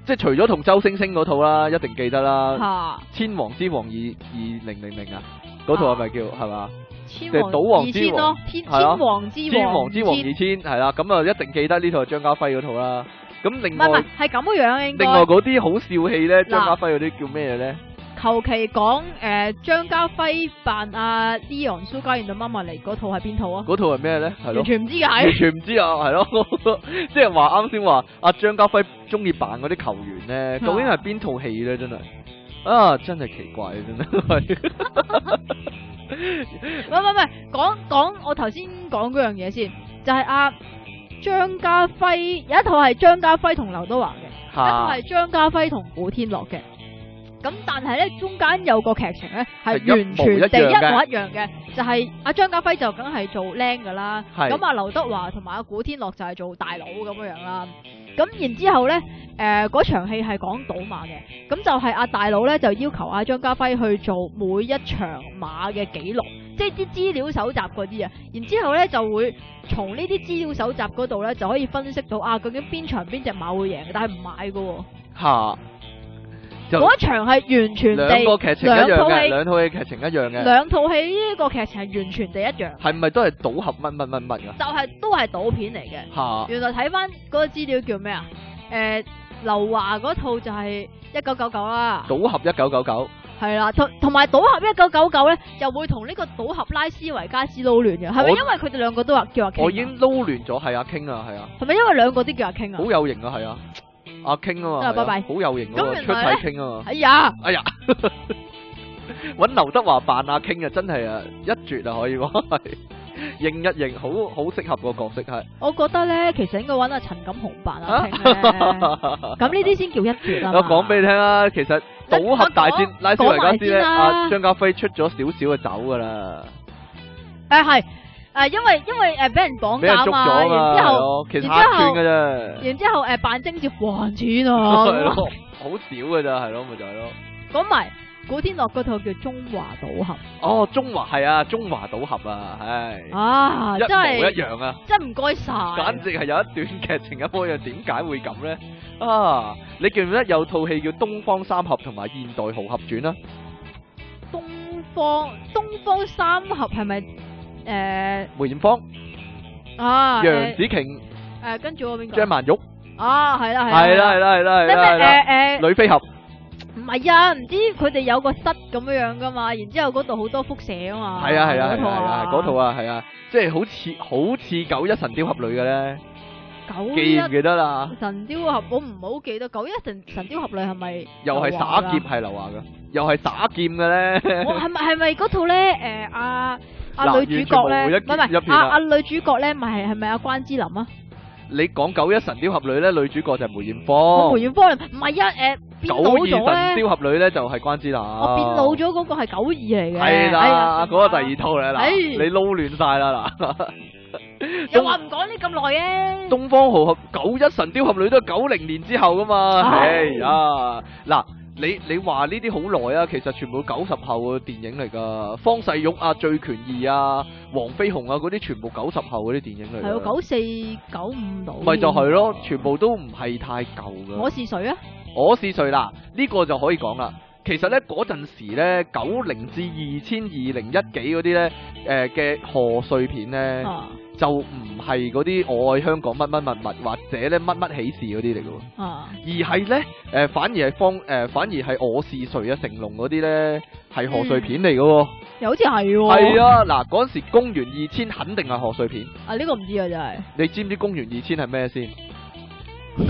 即係除咗同周星星嗰套啦，一定記得啦，嚇， 《千王之王二二零零零》啊，嗰套係咪叫係嘛？千即係賭王王二之千咯王，天係啊千王之之王之王千二千係啦，咁啊一定記得呢套係張家輝嗰套啦。咁唔係另唔係外，係咁嘅樣嘅應另外該。嗰啲好笑戲咧，張家輝嗰啲叫咩咧？求其講誒張家輝扮阿 Leon 蘇嘉賢對媽媽嚟嗰套係邊套啊？嗰套係咩咧？係完咯，全唔知完解。全唔知啊，係咯， 即係話啱先話阿張家輝中意扮嗰啲球員 咧，究竟係邊套戲咧？真係啊，真係奇怪啊，真 係唔係唔係唔係，講講我頭先講嗰樣嘢先，就係阿張家輝有一套係張家輝同劉德華嘅。一套嚇係張家輝同古天樂嘅。咁但係咧，中間有個劇情咧係係一完模一全地一樣嘅模一樣嘅，就係阿張家輝就梗係做僆噶啦，係咁啊劉德華同埋阿古天樂就係做大佬咁樣樣啦。咁然之後咧，誒、嗰場戲係講賭馬嘅，咁就係阿大佬咧就要求阿張家輝去做每一場馬嘅記錄，即係啲資料搜集嗰啲啊。然之後咧就會從呢啲資料搜集嗰度咧就可以分析到啊，究竟邊場邊只馬會贏，但係唔買嘅喎。嚇，就嗰一場係完全兩地個劇情一樣兩套戲嘅，兩套戲劇情一樣嘅，兩套戲呢個劇情係完全地一樣，係咪都係賭合乜乜乜乜就係、都係賭片嚟嘅。啊？嚇原來睇翻嗰個資料叫咩啊？誒、劉華嗰套就係一九九九啦，賭合一九九九。係啦，同同埋賭俠一九九九咧，又會同呢個賭俠拉斯維加斯撈亂嘅，係咪我因為佢哋兩個都話叫阿 King？啊我已經撈亂咗，係阿 King 啊，係啊，係咪因為兩個都叫阿 King 好啊？有型啊，係啊，阿 King 真啊嘛，係拜拜係啊好有型啊嘛，咁原出體來呢 King 啊嘛，哎呀，哎呀， 揾劉德華扮阿 King 啊，真係啊一絕啊，可 以講係型一型，好好適合個角色係，我覺得咧，其實應該揾阿陳錦鴻扮阿 King 啊咧， 我咁呢啲先叫一絕啊嘛！啊講俾你聽啦，其實嗱賭俠大戰我拉斯維加斯咧，講埋先啦阿張家輝出咗少少嘅走噶啦，诶系诶，因為因為诶俾人綁俾人架捉咗嘛，啊嘛，然之係後咯其實然之後客串嘅啫，然之後诶扮精接還錢 啊係咁啊，咯，好少嘅咋，係咯，咪就係咯。講埋古天樂嗰套叫《中華賭俠哦，中華係啊，中華賭俠啊，唉，》啊，一真模係一樣啊，真係唔該晒，簡直係有一段劇情一模一樣，點解會咁呢？啊，你記唔記得有套戲叫《東方三俠》同埋《現代豪俠傳》啊？東方東方三俠係咪诶梅艷芳、啊楊诶紫瓊、诶跟住我邊張個曼玉，啊係啦係係啦係啦係啦係咩啦係咩啦，诶诶女飛俠唔係啊，唔知佢哋有個室咁樣樣噶嘛，然之後嗰度好多輻射啊嘛，係啊係啊嗰係啊係套啊啊嗰套啊係啊，即係好似好似九一神雕俠侶嘅呢，九記一唔記得啦？神雕俠我唔好記得，九一神神雕俠侶係咪又係耍劍係劉華嘅，又係耍劍嘅劉華㗎？我呢。係咪係咪嗰套咧？诶，阿阿嗱女主角咧，完唔全模糊一係唔一係片阿啦阿女主角咧，咪係係咪阿關之琳啊？ 你講九一神雕俠侶呢，女主角就係梅艷我芳。梅艷芳唔係啊，诶九變老二咗神咧，雕俠侶咧就係關之琳，我我變老咗嗰個係九二嚟嘅，係哎啦呀，嗰個第二套啦，哎嗱，你撈亂晒啦嗱，又話唔講呢咁耐嘅，東方豪俠九一神雕俠侶都係九零年之後噶嘛，唉哎呀，嗱，你你話呢啲好耐啊，其實全部九十後嘅電影嚟㗎，方世玉啊、醉拳二啊、黃飛鴻啊嗰啲全部九十後嗰啲電影嚟系㗎。喎，九四九五度。咪就係咯，全部都唔係太舊㗎。我是谁啊？我是誰啦？呢、個就可以講啦。其實呢，嗰陣時呢，九零至二千二零一幾嗰啲呢，誒、呃嘅賀歲片呢，啊就唔係嗰啲我愛香港乜乜物物或者呢乜乜喜事嗰啲嚟嘅喎，啊而係呢，誒、反而係方誒、呃反而係我是誰啊成龍嗰啲呢，係賀歲片嚟嘅喎。又好似係喎。係、啊，嗱嗰陣時公元二千肯定係賀歲片。啊呢個唔知啊真 係。你知唔知公元二千係咩先？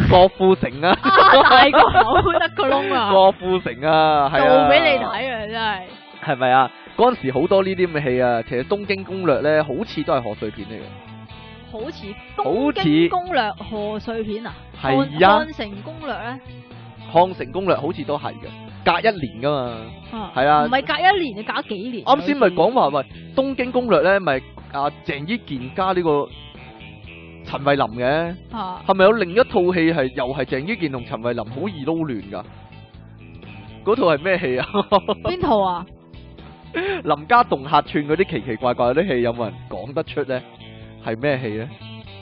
郭富城啊！啊大個口得個窿啊！郭富城啊，係啊，做俾你睇啊！真係係咪啊？嗰陣時好多呢啲咁嘅戲啊，其實《東京攻略》咧，好似都係賀歲片嚟嘅。好似《好東似京攻略》賀歲片啊，係啊漢，漢城攻略》咧， 《漢城攻略》好似都係嘅，隔一年噶嘛。啊係啊唔係隔一年，就隔幾年。啱先咪講話喂，《東京攻略》咧，咪阿鄭伊健加呢個陳慧琳嘅，啊，係咪有另一套戲係又係鄭伊健同陳慧琳好易撈亂㗎？嗰套係咩戲啊？邊套啊？ 林家棟客串嗰啲奇奇怪怪嗰啲戲，有冇人講得出呢？係咩戲呢？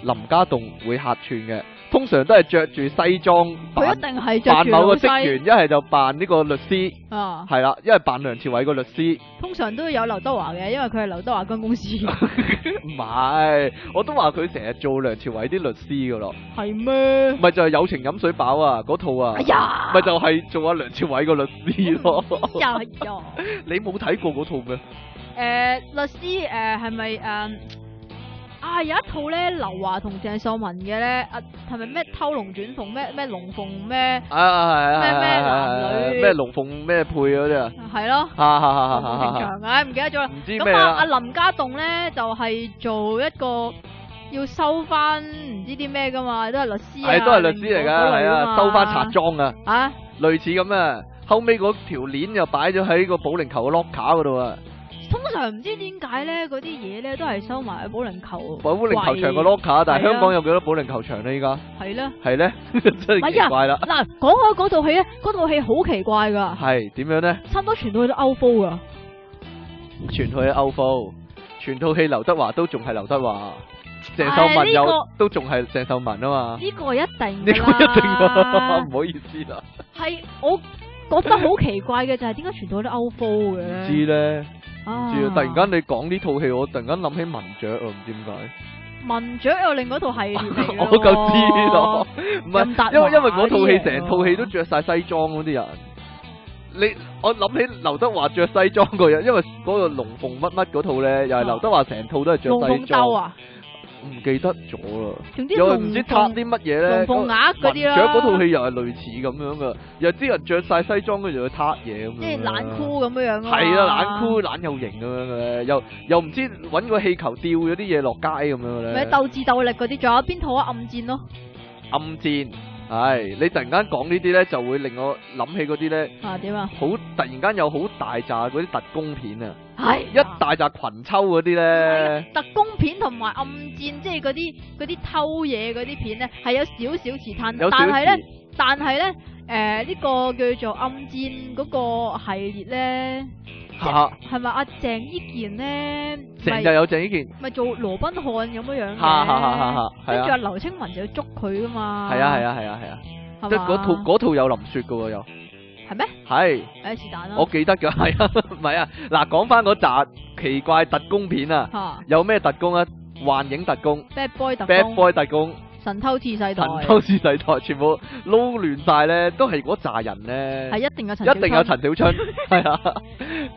林家棟會客串嘅，通常都係着住西裝佢 扮一定係着扮住某個老職西員，一係就扮呢個律師，啊，係啦，一係扮梁朝偉個律師。通常都有劉德華嘅，因為佢係劉德華間公 司，唔係，我都話佢成日做梁朝偉啲律師噶咯，係咩？咪就係友情飲水飽啊嗰套啊 哎，呀，咪就係做阿梁朝偉個律師咯。哎呀呀，你冇睇過嗰套咩？誒律師誒係咪誒？啊，有一套咧，劉華同鄭秀文嘅咧，啊，係咪咩偷龍轉鳳咩咩龍鳳咩？啊係啊係啊咩係啊男係啊女咩龍鳳咩配嗰啲啊？係咯，哈哈哈龍鳳哈啊哈呈哈！祥，唉，唔記得咗啦。唔知咩咁啊，啦，阿林家棟咧就係、做一個要收翻唔知啲咩噶嘛，都係律師啊，係都係律師嗰嚟㗎，類係嘛啊，收翻賊裝啊，啊，類似咁啊。後尾嗰條鏈又擺咗喺個保齡球嘅 locker 嗰度啊，通常唔知點解咧，嗰啲嘢咧都係收埋喺保齡球，保齡球場嘅啊 locker，但係香港有幾多保齡球場啊呢？依家係啦。係咧， 真係奇怪啦。嗱，講開嗰套戲咧，嗰套戲好奇怪噶，係點樣咧？差唔多全套戲都歐風噶，全套戲歐風，全套戲劉德華都仲係劉德華，鄭秀文唉呢又個都仲係鄭秀文啊嘛。呢、個一定呢個㗎一定啊， 啦唔好意思啦。係我覺得好奇怪嘅就係點解全套都歐風嘅唔咧？知咧，唔啊知啊！突然間你講呢套戲，我突然間諗起文雀啊，唔知點解。文雀又另外一套系列嚟㗎 我就知喎咯，啊唔係任達華因為因為嗰套戲啲嘢啊成套戲都着晒西裝嗰啲人，你我諗起劉德華着西裝嗰樣，因為嗰個龍鳳乜乜嗰套咧，又係劉德華成套都係啊龍着西鳳鬥裝，啊，唔記得咗啦，總之又龍係唔知撻鳳啲乜嘢龍鳳咧，嗰鴨嗰啲啦，文雀嗰套戲又係類似咁樣噶，又啲人着晒西裝跟住去撻嘢咁樣，即係冷。酷咁樣樣啊，係啊，冷酷懶又型咁樣嘅咧，又又唔知揾個氣球吊咗啲嘢落街咁樣嘅咧。咪鬥智鬥力嗰啲，仲有邊套啊？暗戰咯，暗戰，係你突然間講呢啲咧，就會令我諗起嗰啲咧，啊點啊？好突然間有好大扎嗰啲特工片啊，係一大呃扎群抽嗰啲咧，特工片同埋暗戰，即係嗰啲嗰啲偷嘢嗰啲片咧，係有少少似吞，有少但係時咧，但係咧，誒呢個叫做暗戰嗰個系列咧，嚇係咪阿鄭伊健咧，成咪日有鄭伊健，咪做羅賓漢咁樣樣嚇嚇嚇嚇嘅？嚇，係嗯跟住阿啊，劉青雲就要捉佢噶嘛，係啊係啊係啊係啊，係嘛，即係嗰套嗰套有林雪嘅喎又，係咩？係誒是但啦我，記得㗎， 係啊，唔係啊，嗱講翻嗰扎奇怪特工片啊，嚇有咩特工啊？幻影特工、 Bad Boy 特 Bad 工、 Boy 特工、神偷次世代，神偷師世代，全部撈亂晒咧，都係嗰扎人咧係。一定有陳，一定有，陳 小春，係啊，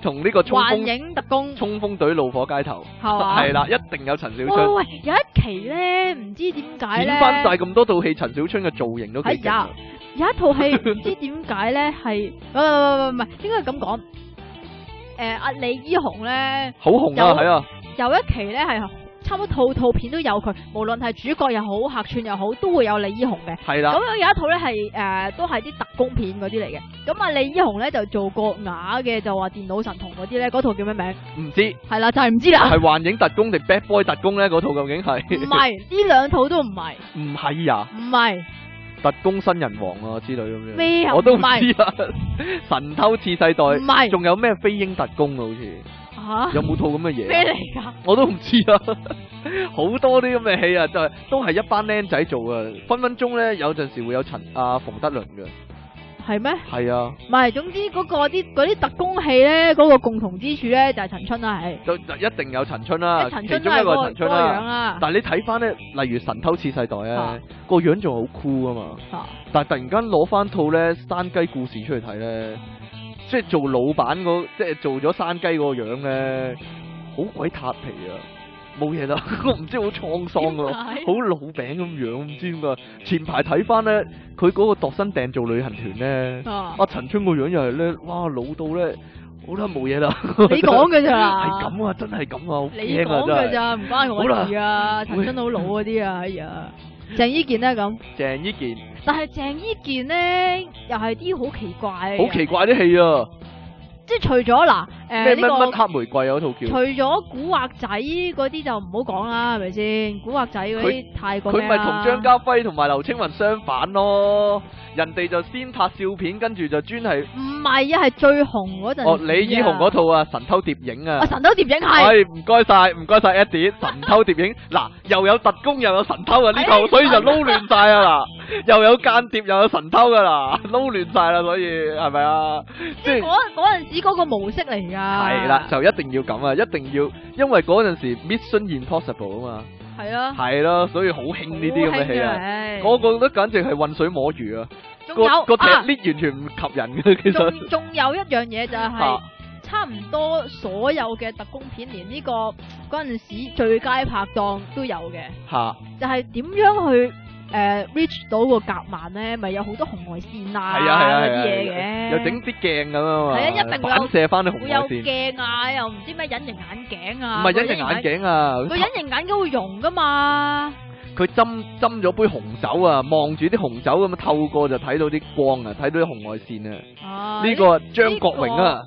同呢個衝幻鋒影特哦工衝鋒隊怒火街頭，係 嘛？係啦，一定有陳小喂春，喂，有一期咧，唔知點解演翻晒咧，咁多套戲，陳小春嘅造型都幾哎呀勁，有一套 戲唔知點解咧係，唔唔唔唔，應該係咁講。誒阿李依紅咧，好紅啊，有係啊，有一期咧係差唔多套套片都有佢，無論係主角又好，客串又好，都會有李依紅嘅。係啦咁，樣有一套咧係誒都係啲特工片嗰啲嚟嘅。咁啊李依紅咧就做過啞嘅，就話電腦神童嗰啲咧，嗰套叫咩名？唔知係啦，就係唔知啦。係幻影特工定 Bad Boy 特工咧？嗰套究竟唔係係呢兩套都唔係，唔係呀？唔係特工新人王啊之類咁樣。咩啊我都唔唔係知啊。 神偷次世唔代，係仲有咩飛鷹特工啊？好似吓有冇套咁嘅嘢啊？咩嚟噶？我都唔知啊， 好多啲咁嘅戲啊，就係都係一班僆仔做啊，分分鐘咧有陣時會有陳啊馮德倫嘅，係咩？係啊，唔係，總之嗰、個啲嗰啲特工戲咧，嗰、個共同之處咧就係、陳春啦，係就就一定有陳春啦，即係陳啊其春都中一係個係嗰個陳嗰春啊個樣啊啦。啦。但係你睇翻咧，例如《神偷次世代》咧啊，個樣仲好酷啊嘛，啊但係突然間攞翻套咧山雞故事出嚟睇咧，即係做老闆嗰，即係做咗山雞嗰個樣咧，好鬼塌皮啊！冇嘢啦， 我唔知好滄桑啊。點解好老餅咁樣，唔知點解。前排睇翻咧，佢嗰個度身訂做旅行團咧，啊阿陳春個樣又係咧，哇老到咧，好啦冇嘢啦。你講嘅咋 係咁啊，真係咁啊，好你驚講啊嘅真係。咋，唔關我事啊！陳真好老嗰啲啊，哎呀，鄭伊健咧咁，鄭伊健但係鄭伊健咧又係啲好奇怪嘅，好奇怪啲戲啊，即係除咗嗱咩誒乜呢乜黑玫瑰啊嗰套個，叫除，咗古惑仔嗰啲就唔好講啦，係咪先？古惑仔嗰啲太過佢咩啊咪啦同張家輝同埋劉青雲相反咯。人哋就先拍笑片，跟住就專係唔係啊，係最紅嗰陣哦李以以紅嗰套啊《神偷諜影》啊啊。神偷諜影係。系唔該晒，唔該晒 Eddie，神偷諜影嗱，又有特工又有神偷啊呢哎套，所以就撈亂晒啊嗱，又有間諜又有神偷噶啦，撈亂晒啦，所以係咪啊？即即係係嗰嗰陣時嗰個模式嚟㗎，係係啦，就一定要咁啊，一定要，因為嗰陣時 Mission Impossible 啊係啊嘛，，係咯，所以好興呢啲咁嘅戲啊，啊我覺得簡直係混水摸魚啊，仲有個個踢啊 lift 完全唔及人嘅，其實仲仲有一樣嘢就係、啊差唔多所有嘅特工片，連呢、個嗰陣時最佳拍檔都有嘅，嚇就係、點樣去誒、呃 reach 到個夾萬咧？咪有好多紅外線啊係啊係啊嗰係啲嘢啊嘅，又整啲鏡咁啊嘛，係啊一定會有反射翻啲紅會外有線。鏡啊，又唔知咩隱形眼鏡唔啊，係隱形眼鏡啊，個隱形眼鏡會溶噶嘛？佢斟斟咗杯紅酒啊，望住啲紅酒咁啊，透過就睇到啲光啊，睇到啲紅外線啊。啊，呢個張國榮啊，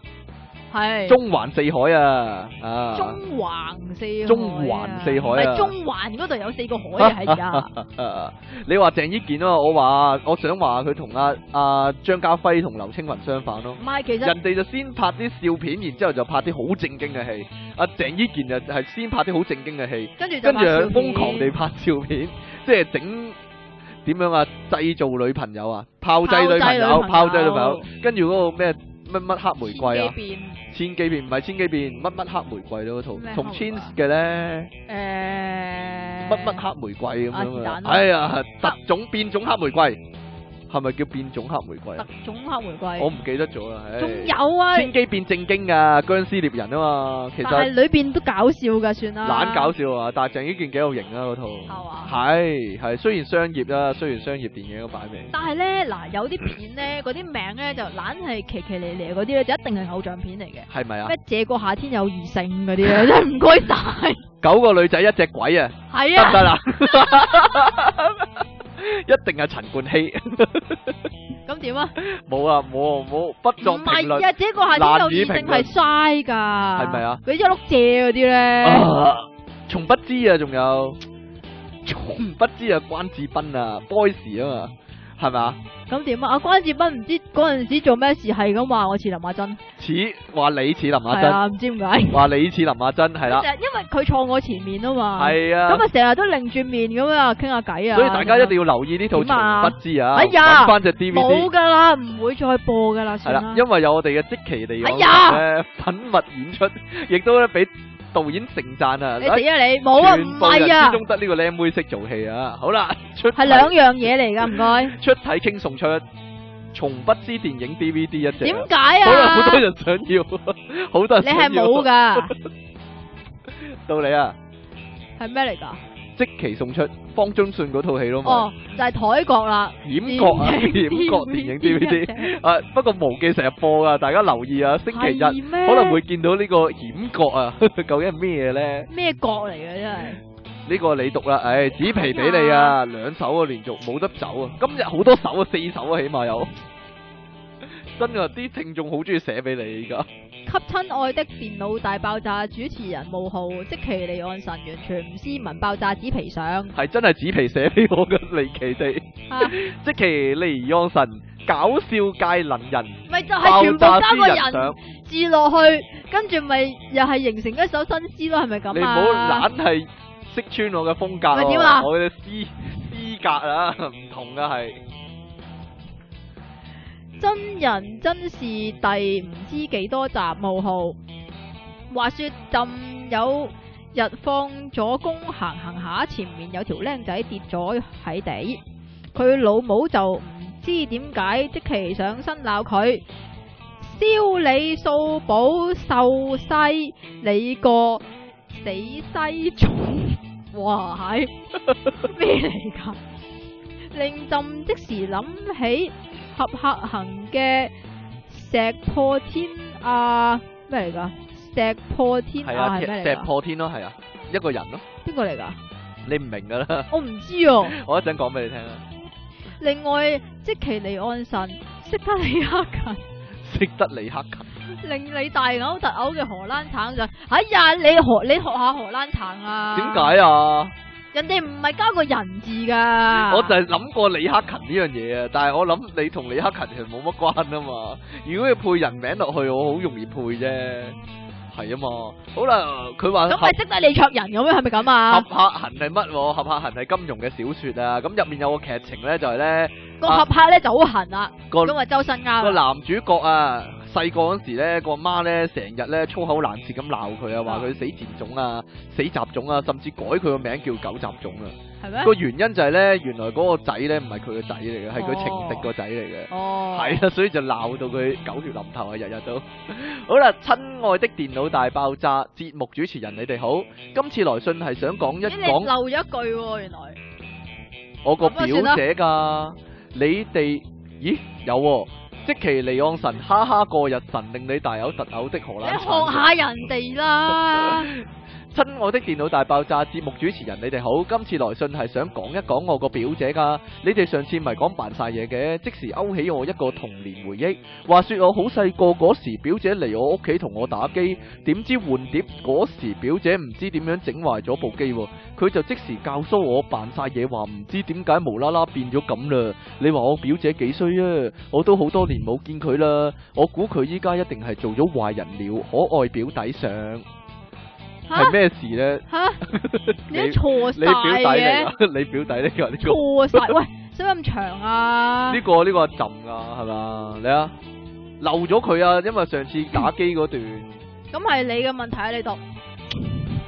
係中環四海啊，啊，中環四海啊中環四海啊唔係中環嗰度有四個海啊，係 啊，啊你話鄭伊健啊，我話我想話佢同阿阿張家輝同劉青雲相反咯。唔係其實人哋就先拍啲笑片，然之後就拍啲好正經嘅戲。阿、鄭伊健就係先拍啲好正經嘅戲，跟住就跟拍住笑就片瘋狂地拍照片，即係整點樣啊？製造女朋友啊，炮製女朋友，炮炮製製女女朋朋友友，跟住嗰個咩乜乜黑玫瑰啊千幾，遍千幾遍唔係千幾遍，乜乜黑玫瑰咯嗰套，咩同黑玫啊 Chins 嘅咧，誒乜乜黑玫瑰咁啊是樣啊但！啦哎呀，特種變種黑玫瑰，係咪叫變種黑玫瑰特啊？種黑玫瑰，我唔記得咗啦，唉仲有啊，千幾變正經噶，僵屍獵人啊嘛，其但實係裏邊都搞笑㗎，算啦，懶搞笑啊，但係鄭伊健幾有型啊嗰套。係嘛？係係，雖然商業啦，雖然商業電影都擺明，但係咧嗱，有啲片咧，嗰啲名咧就懶係奇奇離離嗰啲咧，就一定係偶像片嚟嘅。係咪啊咩？？這個夏天有異性嗰啲咧，真係唔該晒。九個女仔一隻鬼啊， 係得唔啊，得啦？一定係陳冠希， 咁點啊？冇啊冇啊冇，不作唔評係論。啊，這個夏天有異性係嘥㗎，係咪啊？佢一碌蔗嗰啲咧，啊，從不知啊，仲有從不知啊，關智斌啊，boys 啊嘛，係咪啊？咁點啊？阿關智斌唔知嗰陣時做咩事，係咁話我似林亞珍，似話你似林亞係珍，啊，唔知點解，話你似林亞珍係啦就，係因為佢坐我前面啊嘛，啊係咁啊。啊成日都擰住面咁啊傾下偈啊，所以大家一定要留意呢套《點啊從不知》啊，哎呀揾翻只咁樣 DVD。冇㗎啦，唔會再播㗎啦，系算啦啦，，因為有我哋嘅即期地哎講呀咧粉墨演出， 亦都咧俾導演盛讚啊！你死啊你，冇啊，唔全部人係啊之，中得呢個靚妹識做戲啊！好啦， 出係體兩樣嘢嚟㗎，唔 該，出體傾送出，從不知電影 DVD 一隻點啊，解好啦，好多啊？人想要， 好多人你係想要冇㗎，到你啊！係咩嚟㗎？即期送出方中信嗰套戲咯，哦，就係台角啦，咪掩角 啊，掩角電影 DVD 啊，不過無記成日播啊，大家留意啊，星期日係咩可能會見到呢個掩角啊， 究竟係咩咧？咩角嚟嘅真係，呢個你讀啦，唉，紙皮俾你啊，兩手啊連續冇得走啊，今日好多手啊，四手啊起碼有， 真噶，啲聽眾好中意寫俾你而家。給親愛的電腦大爆炸主持人冒號，即其離岸神完全唔斯文爆炸紙皮相，係真係紙皮寫俾我嘅離奇地，啊即其離岸神搞笑界能人，咪就係爆全部炸加私個人人相，字落去，跟住咪又係形成一首新詩咯，係咪你咁唔好啊？懶係識穿我嘅風格喎喂點啊我嘅私私格啊，唔同噶係。真人真事第唔知幾多集冒號，話說朕有日放咗工行行下，前面有條僆仔跌咗喺地，佢老母就唔知點解即其上身鬧佢，燒你掃寶瘦西，你個死西種，哇係咩嚟㗎？令朕即時諗起合客行嘅石破天啊咩嚟㗎？石破天係啊啊，係踢咩石嚟㗎？破天咯，係啊，一個人咯，邊個嚟噶？你唔明噶啦， 我唔知哦。我一陣講俾你聽啊。另外，即其離岸神識得李克 識得李克勤，勤，令你大嘔特嘔嘅荷蘭橙就，哎呀，你荷你學下荷蘭橙啊？點？解啊？人哋唔係加個人字噶。我就係諗過李克勤呢樣嘢啊，但係我諗你同李克勤其實冇乜關啊嘛。如果你配人名落去，我好容易配啫，係啊嘛。好啦，佢話咁合咪識得李卓人咁樣係咪咁合啊？客行係乜喎？合客行係金融嘅小説啊。咁入面有個劇情咧，就係咧個合拍咧就好痕啦，個因為周身個啱。男主角啊，細個嗰時咧，個媽咧成日咧粗口爛舌咁鬧佢啊，話佢死賤種啊、死雜種啊，甚至改佢個名叫狗雜種啊。係咩個？原因就係咧，原來嗰個仔咧唔係佢個仔嚟嘅，係佢情敵個仔嚟嘅。哦，係啦，所 以就鬧到佢狗血淋頭啊，日日都。好啦，親愛的電腦大爆炸節目主持人，你哋好。今次來信係想講一咦。你講漏咗一句喎，原來我個表咁啊姐㗎，你哋咦有喎、即其離岸神，哈哈過日神，令你大嘔特嘔的荷蘭你橙學下人哋 啦。親愛的電腦大爆炸節目主持人，你哋好。今次來信係想講一講我個表姐㗎。你哋上次咪講扮晒嘢嘅，即時勾起我一個童年回憶。話說我好細個嗰時，表姐嚟我屋企同我打機，點知換碟嗰時，表姐唔知點樣整壞咗部機喎，佢就即時教唆我扮晒嘢，話唔知點解無啦啦變咗咁啦。你話我表姐幾衰啊？我都好多年冇見佢啦，我估佢依家一定係做咗壞人了。可愛表弟上吓係咩事呢？吓， 你都錯晒你表弟嘅嚟。 噶，你表弟嚟噶呢個错晒，喂，使乜咁長啊？呢個呢個朕啊，係嘛？你啊漏咗佢啊，因為上次打機嗰段，咁係你嘅問題啊，你讀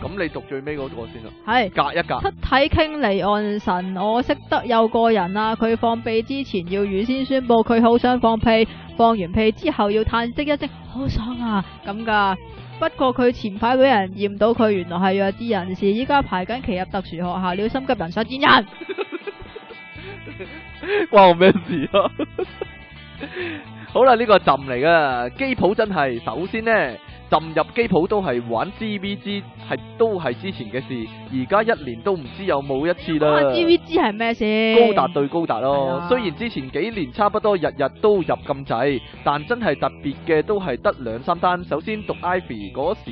咁你讀最尾嗰個先啦，係隔 一隔，出體傾離岸神，我識得有個人啊，佢放屁之前要預先宣佈佢好想放屁，放完屁之後要嘆息一聲，好爽啊咁噶。不過佢前排俾人驗到佢原來係弱智人士，依家排緊期入特殊學校了，心急人上見人。關我咩事啊？ 好啦，呢、個朕嚟噶，機鋪真係首先呢，朕入機鋪都係玩 G V G，係都係之前嘅事，而家一年都唔知有冇一次啦。知 V 啊 G 係咩先？高達對高達係咯啊。雖然之前幾年差不多日日都入咁滯，但真係特別嘅都係得兩三單。首先讀 Ivy 嗰時。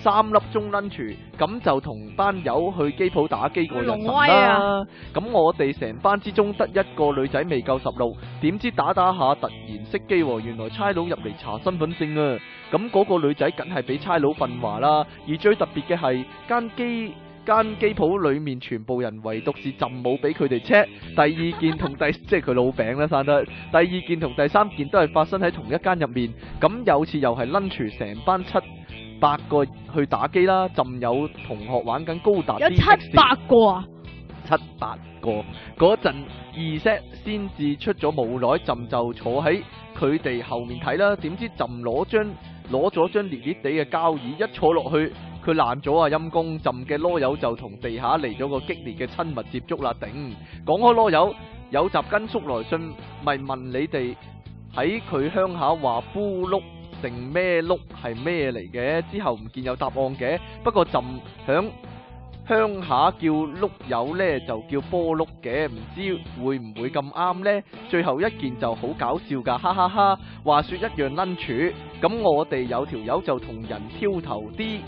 三粒鐘 lunch，咁就同班友去機鋪打機過日神龍威啦啊。咁、我哋成班之中得一個女仔未夠十六，點知打打下突然熄機喎，原來差佬入嚟查身份證啊！咁嗰個女仔梗係俾差佬訓話啦。而最特別嘅係間機間機鋪裡面全部人唯獨是朕冇俾佢哋 check。第二件同第即係佢老餅啦，生得。第二件同第三件都係發生喺同一間入面。咁有次又係 lunch 成班七八個去打機啦，朕有同學玩緊高達有 DX 七百個啊！七八個嗰陣二 set 先至出咗冇耐，朕就坐喺佢哋後面睇啦。點知朕攞張攞咗張裂裂地嘅膠椅一坐落去，佢爛咗啊！陰公，朕嘅啰柚就同地下嚟咗個激烈嘅親密接觸啦！頂，講開啰柚，有集根叔來信咪問你哋喺佢鄉下話呼碌。定咩碌係咩嚟嘅？之後唔見有答案嘅。不過朕響鄉下叫碌柚呢，就叫波碌嘅，唔知會唔會咁啱呢？最後一件就好搞笑㗎，哈哈哈！話說一樣 lunch，咁我哋有條友就同人挑頭啲，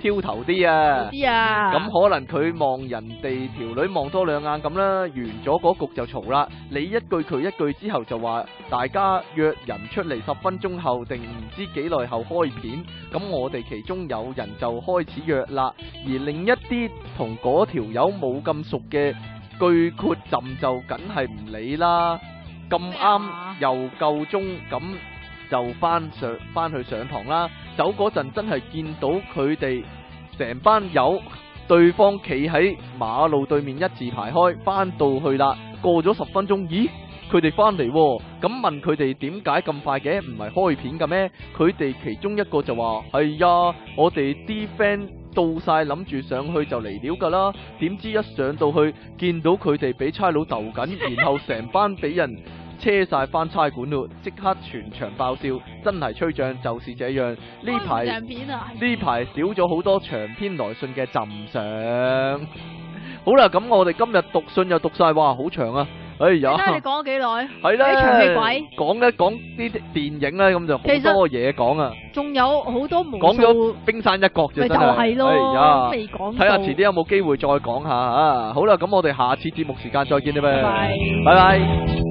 挑頭啲啊！啲啊，咁可能佢望人哋條女望多兩眼咁啦，完咗嗰局就嘈啦。你一句佢一句之後就話大家約人出嚟十分鐘後定唔知幾耐後開片，咁我哋其中有人就開始約啦，而另一啲同嗰條友冇咁熟嘅句括朕就梗係唔理啦。咁啱又夠鐘，咁就翻上翻去上堂啦。走嗰陣真係見到佢哋成班友，對方企喺馬路對面一字排開，翻到去啦。過咗十分鐘，咦？佢哋翻嚟喎，咁問佢哋點解咁快嘅？唔係開片嘅咩？佢哋其中一個就話：係呀，我哋啲 friend 到晒諗住上去就嚟料㗎啦。點知一上到去，見到佢哋俾差佬鬥緊， 然後成班俾人車晒翻差館度，即刻全場爆笑，真係吹脹就是這樣。呢排開唔成片啊，呢排少咗好多長篇來信嘅朕上。好啦，咁我哋今日讀信又讀晒，哇，好長啊！哎你呀，睇下你講咗幾耐？係啦，你長氣鬼講一講呢啲電影咧，咁就好其實多嘢講啊，仲有好多無講咗數，冰山一角啫，咪真就係係咯，哎呀，未講睇下到遲啲有冇機會再講下啊！好啦，咁我哋下次節目時間再見啦，拜拜拜拜。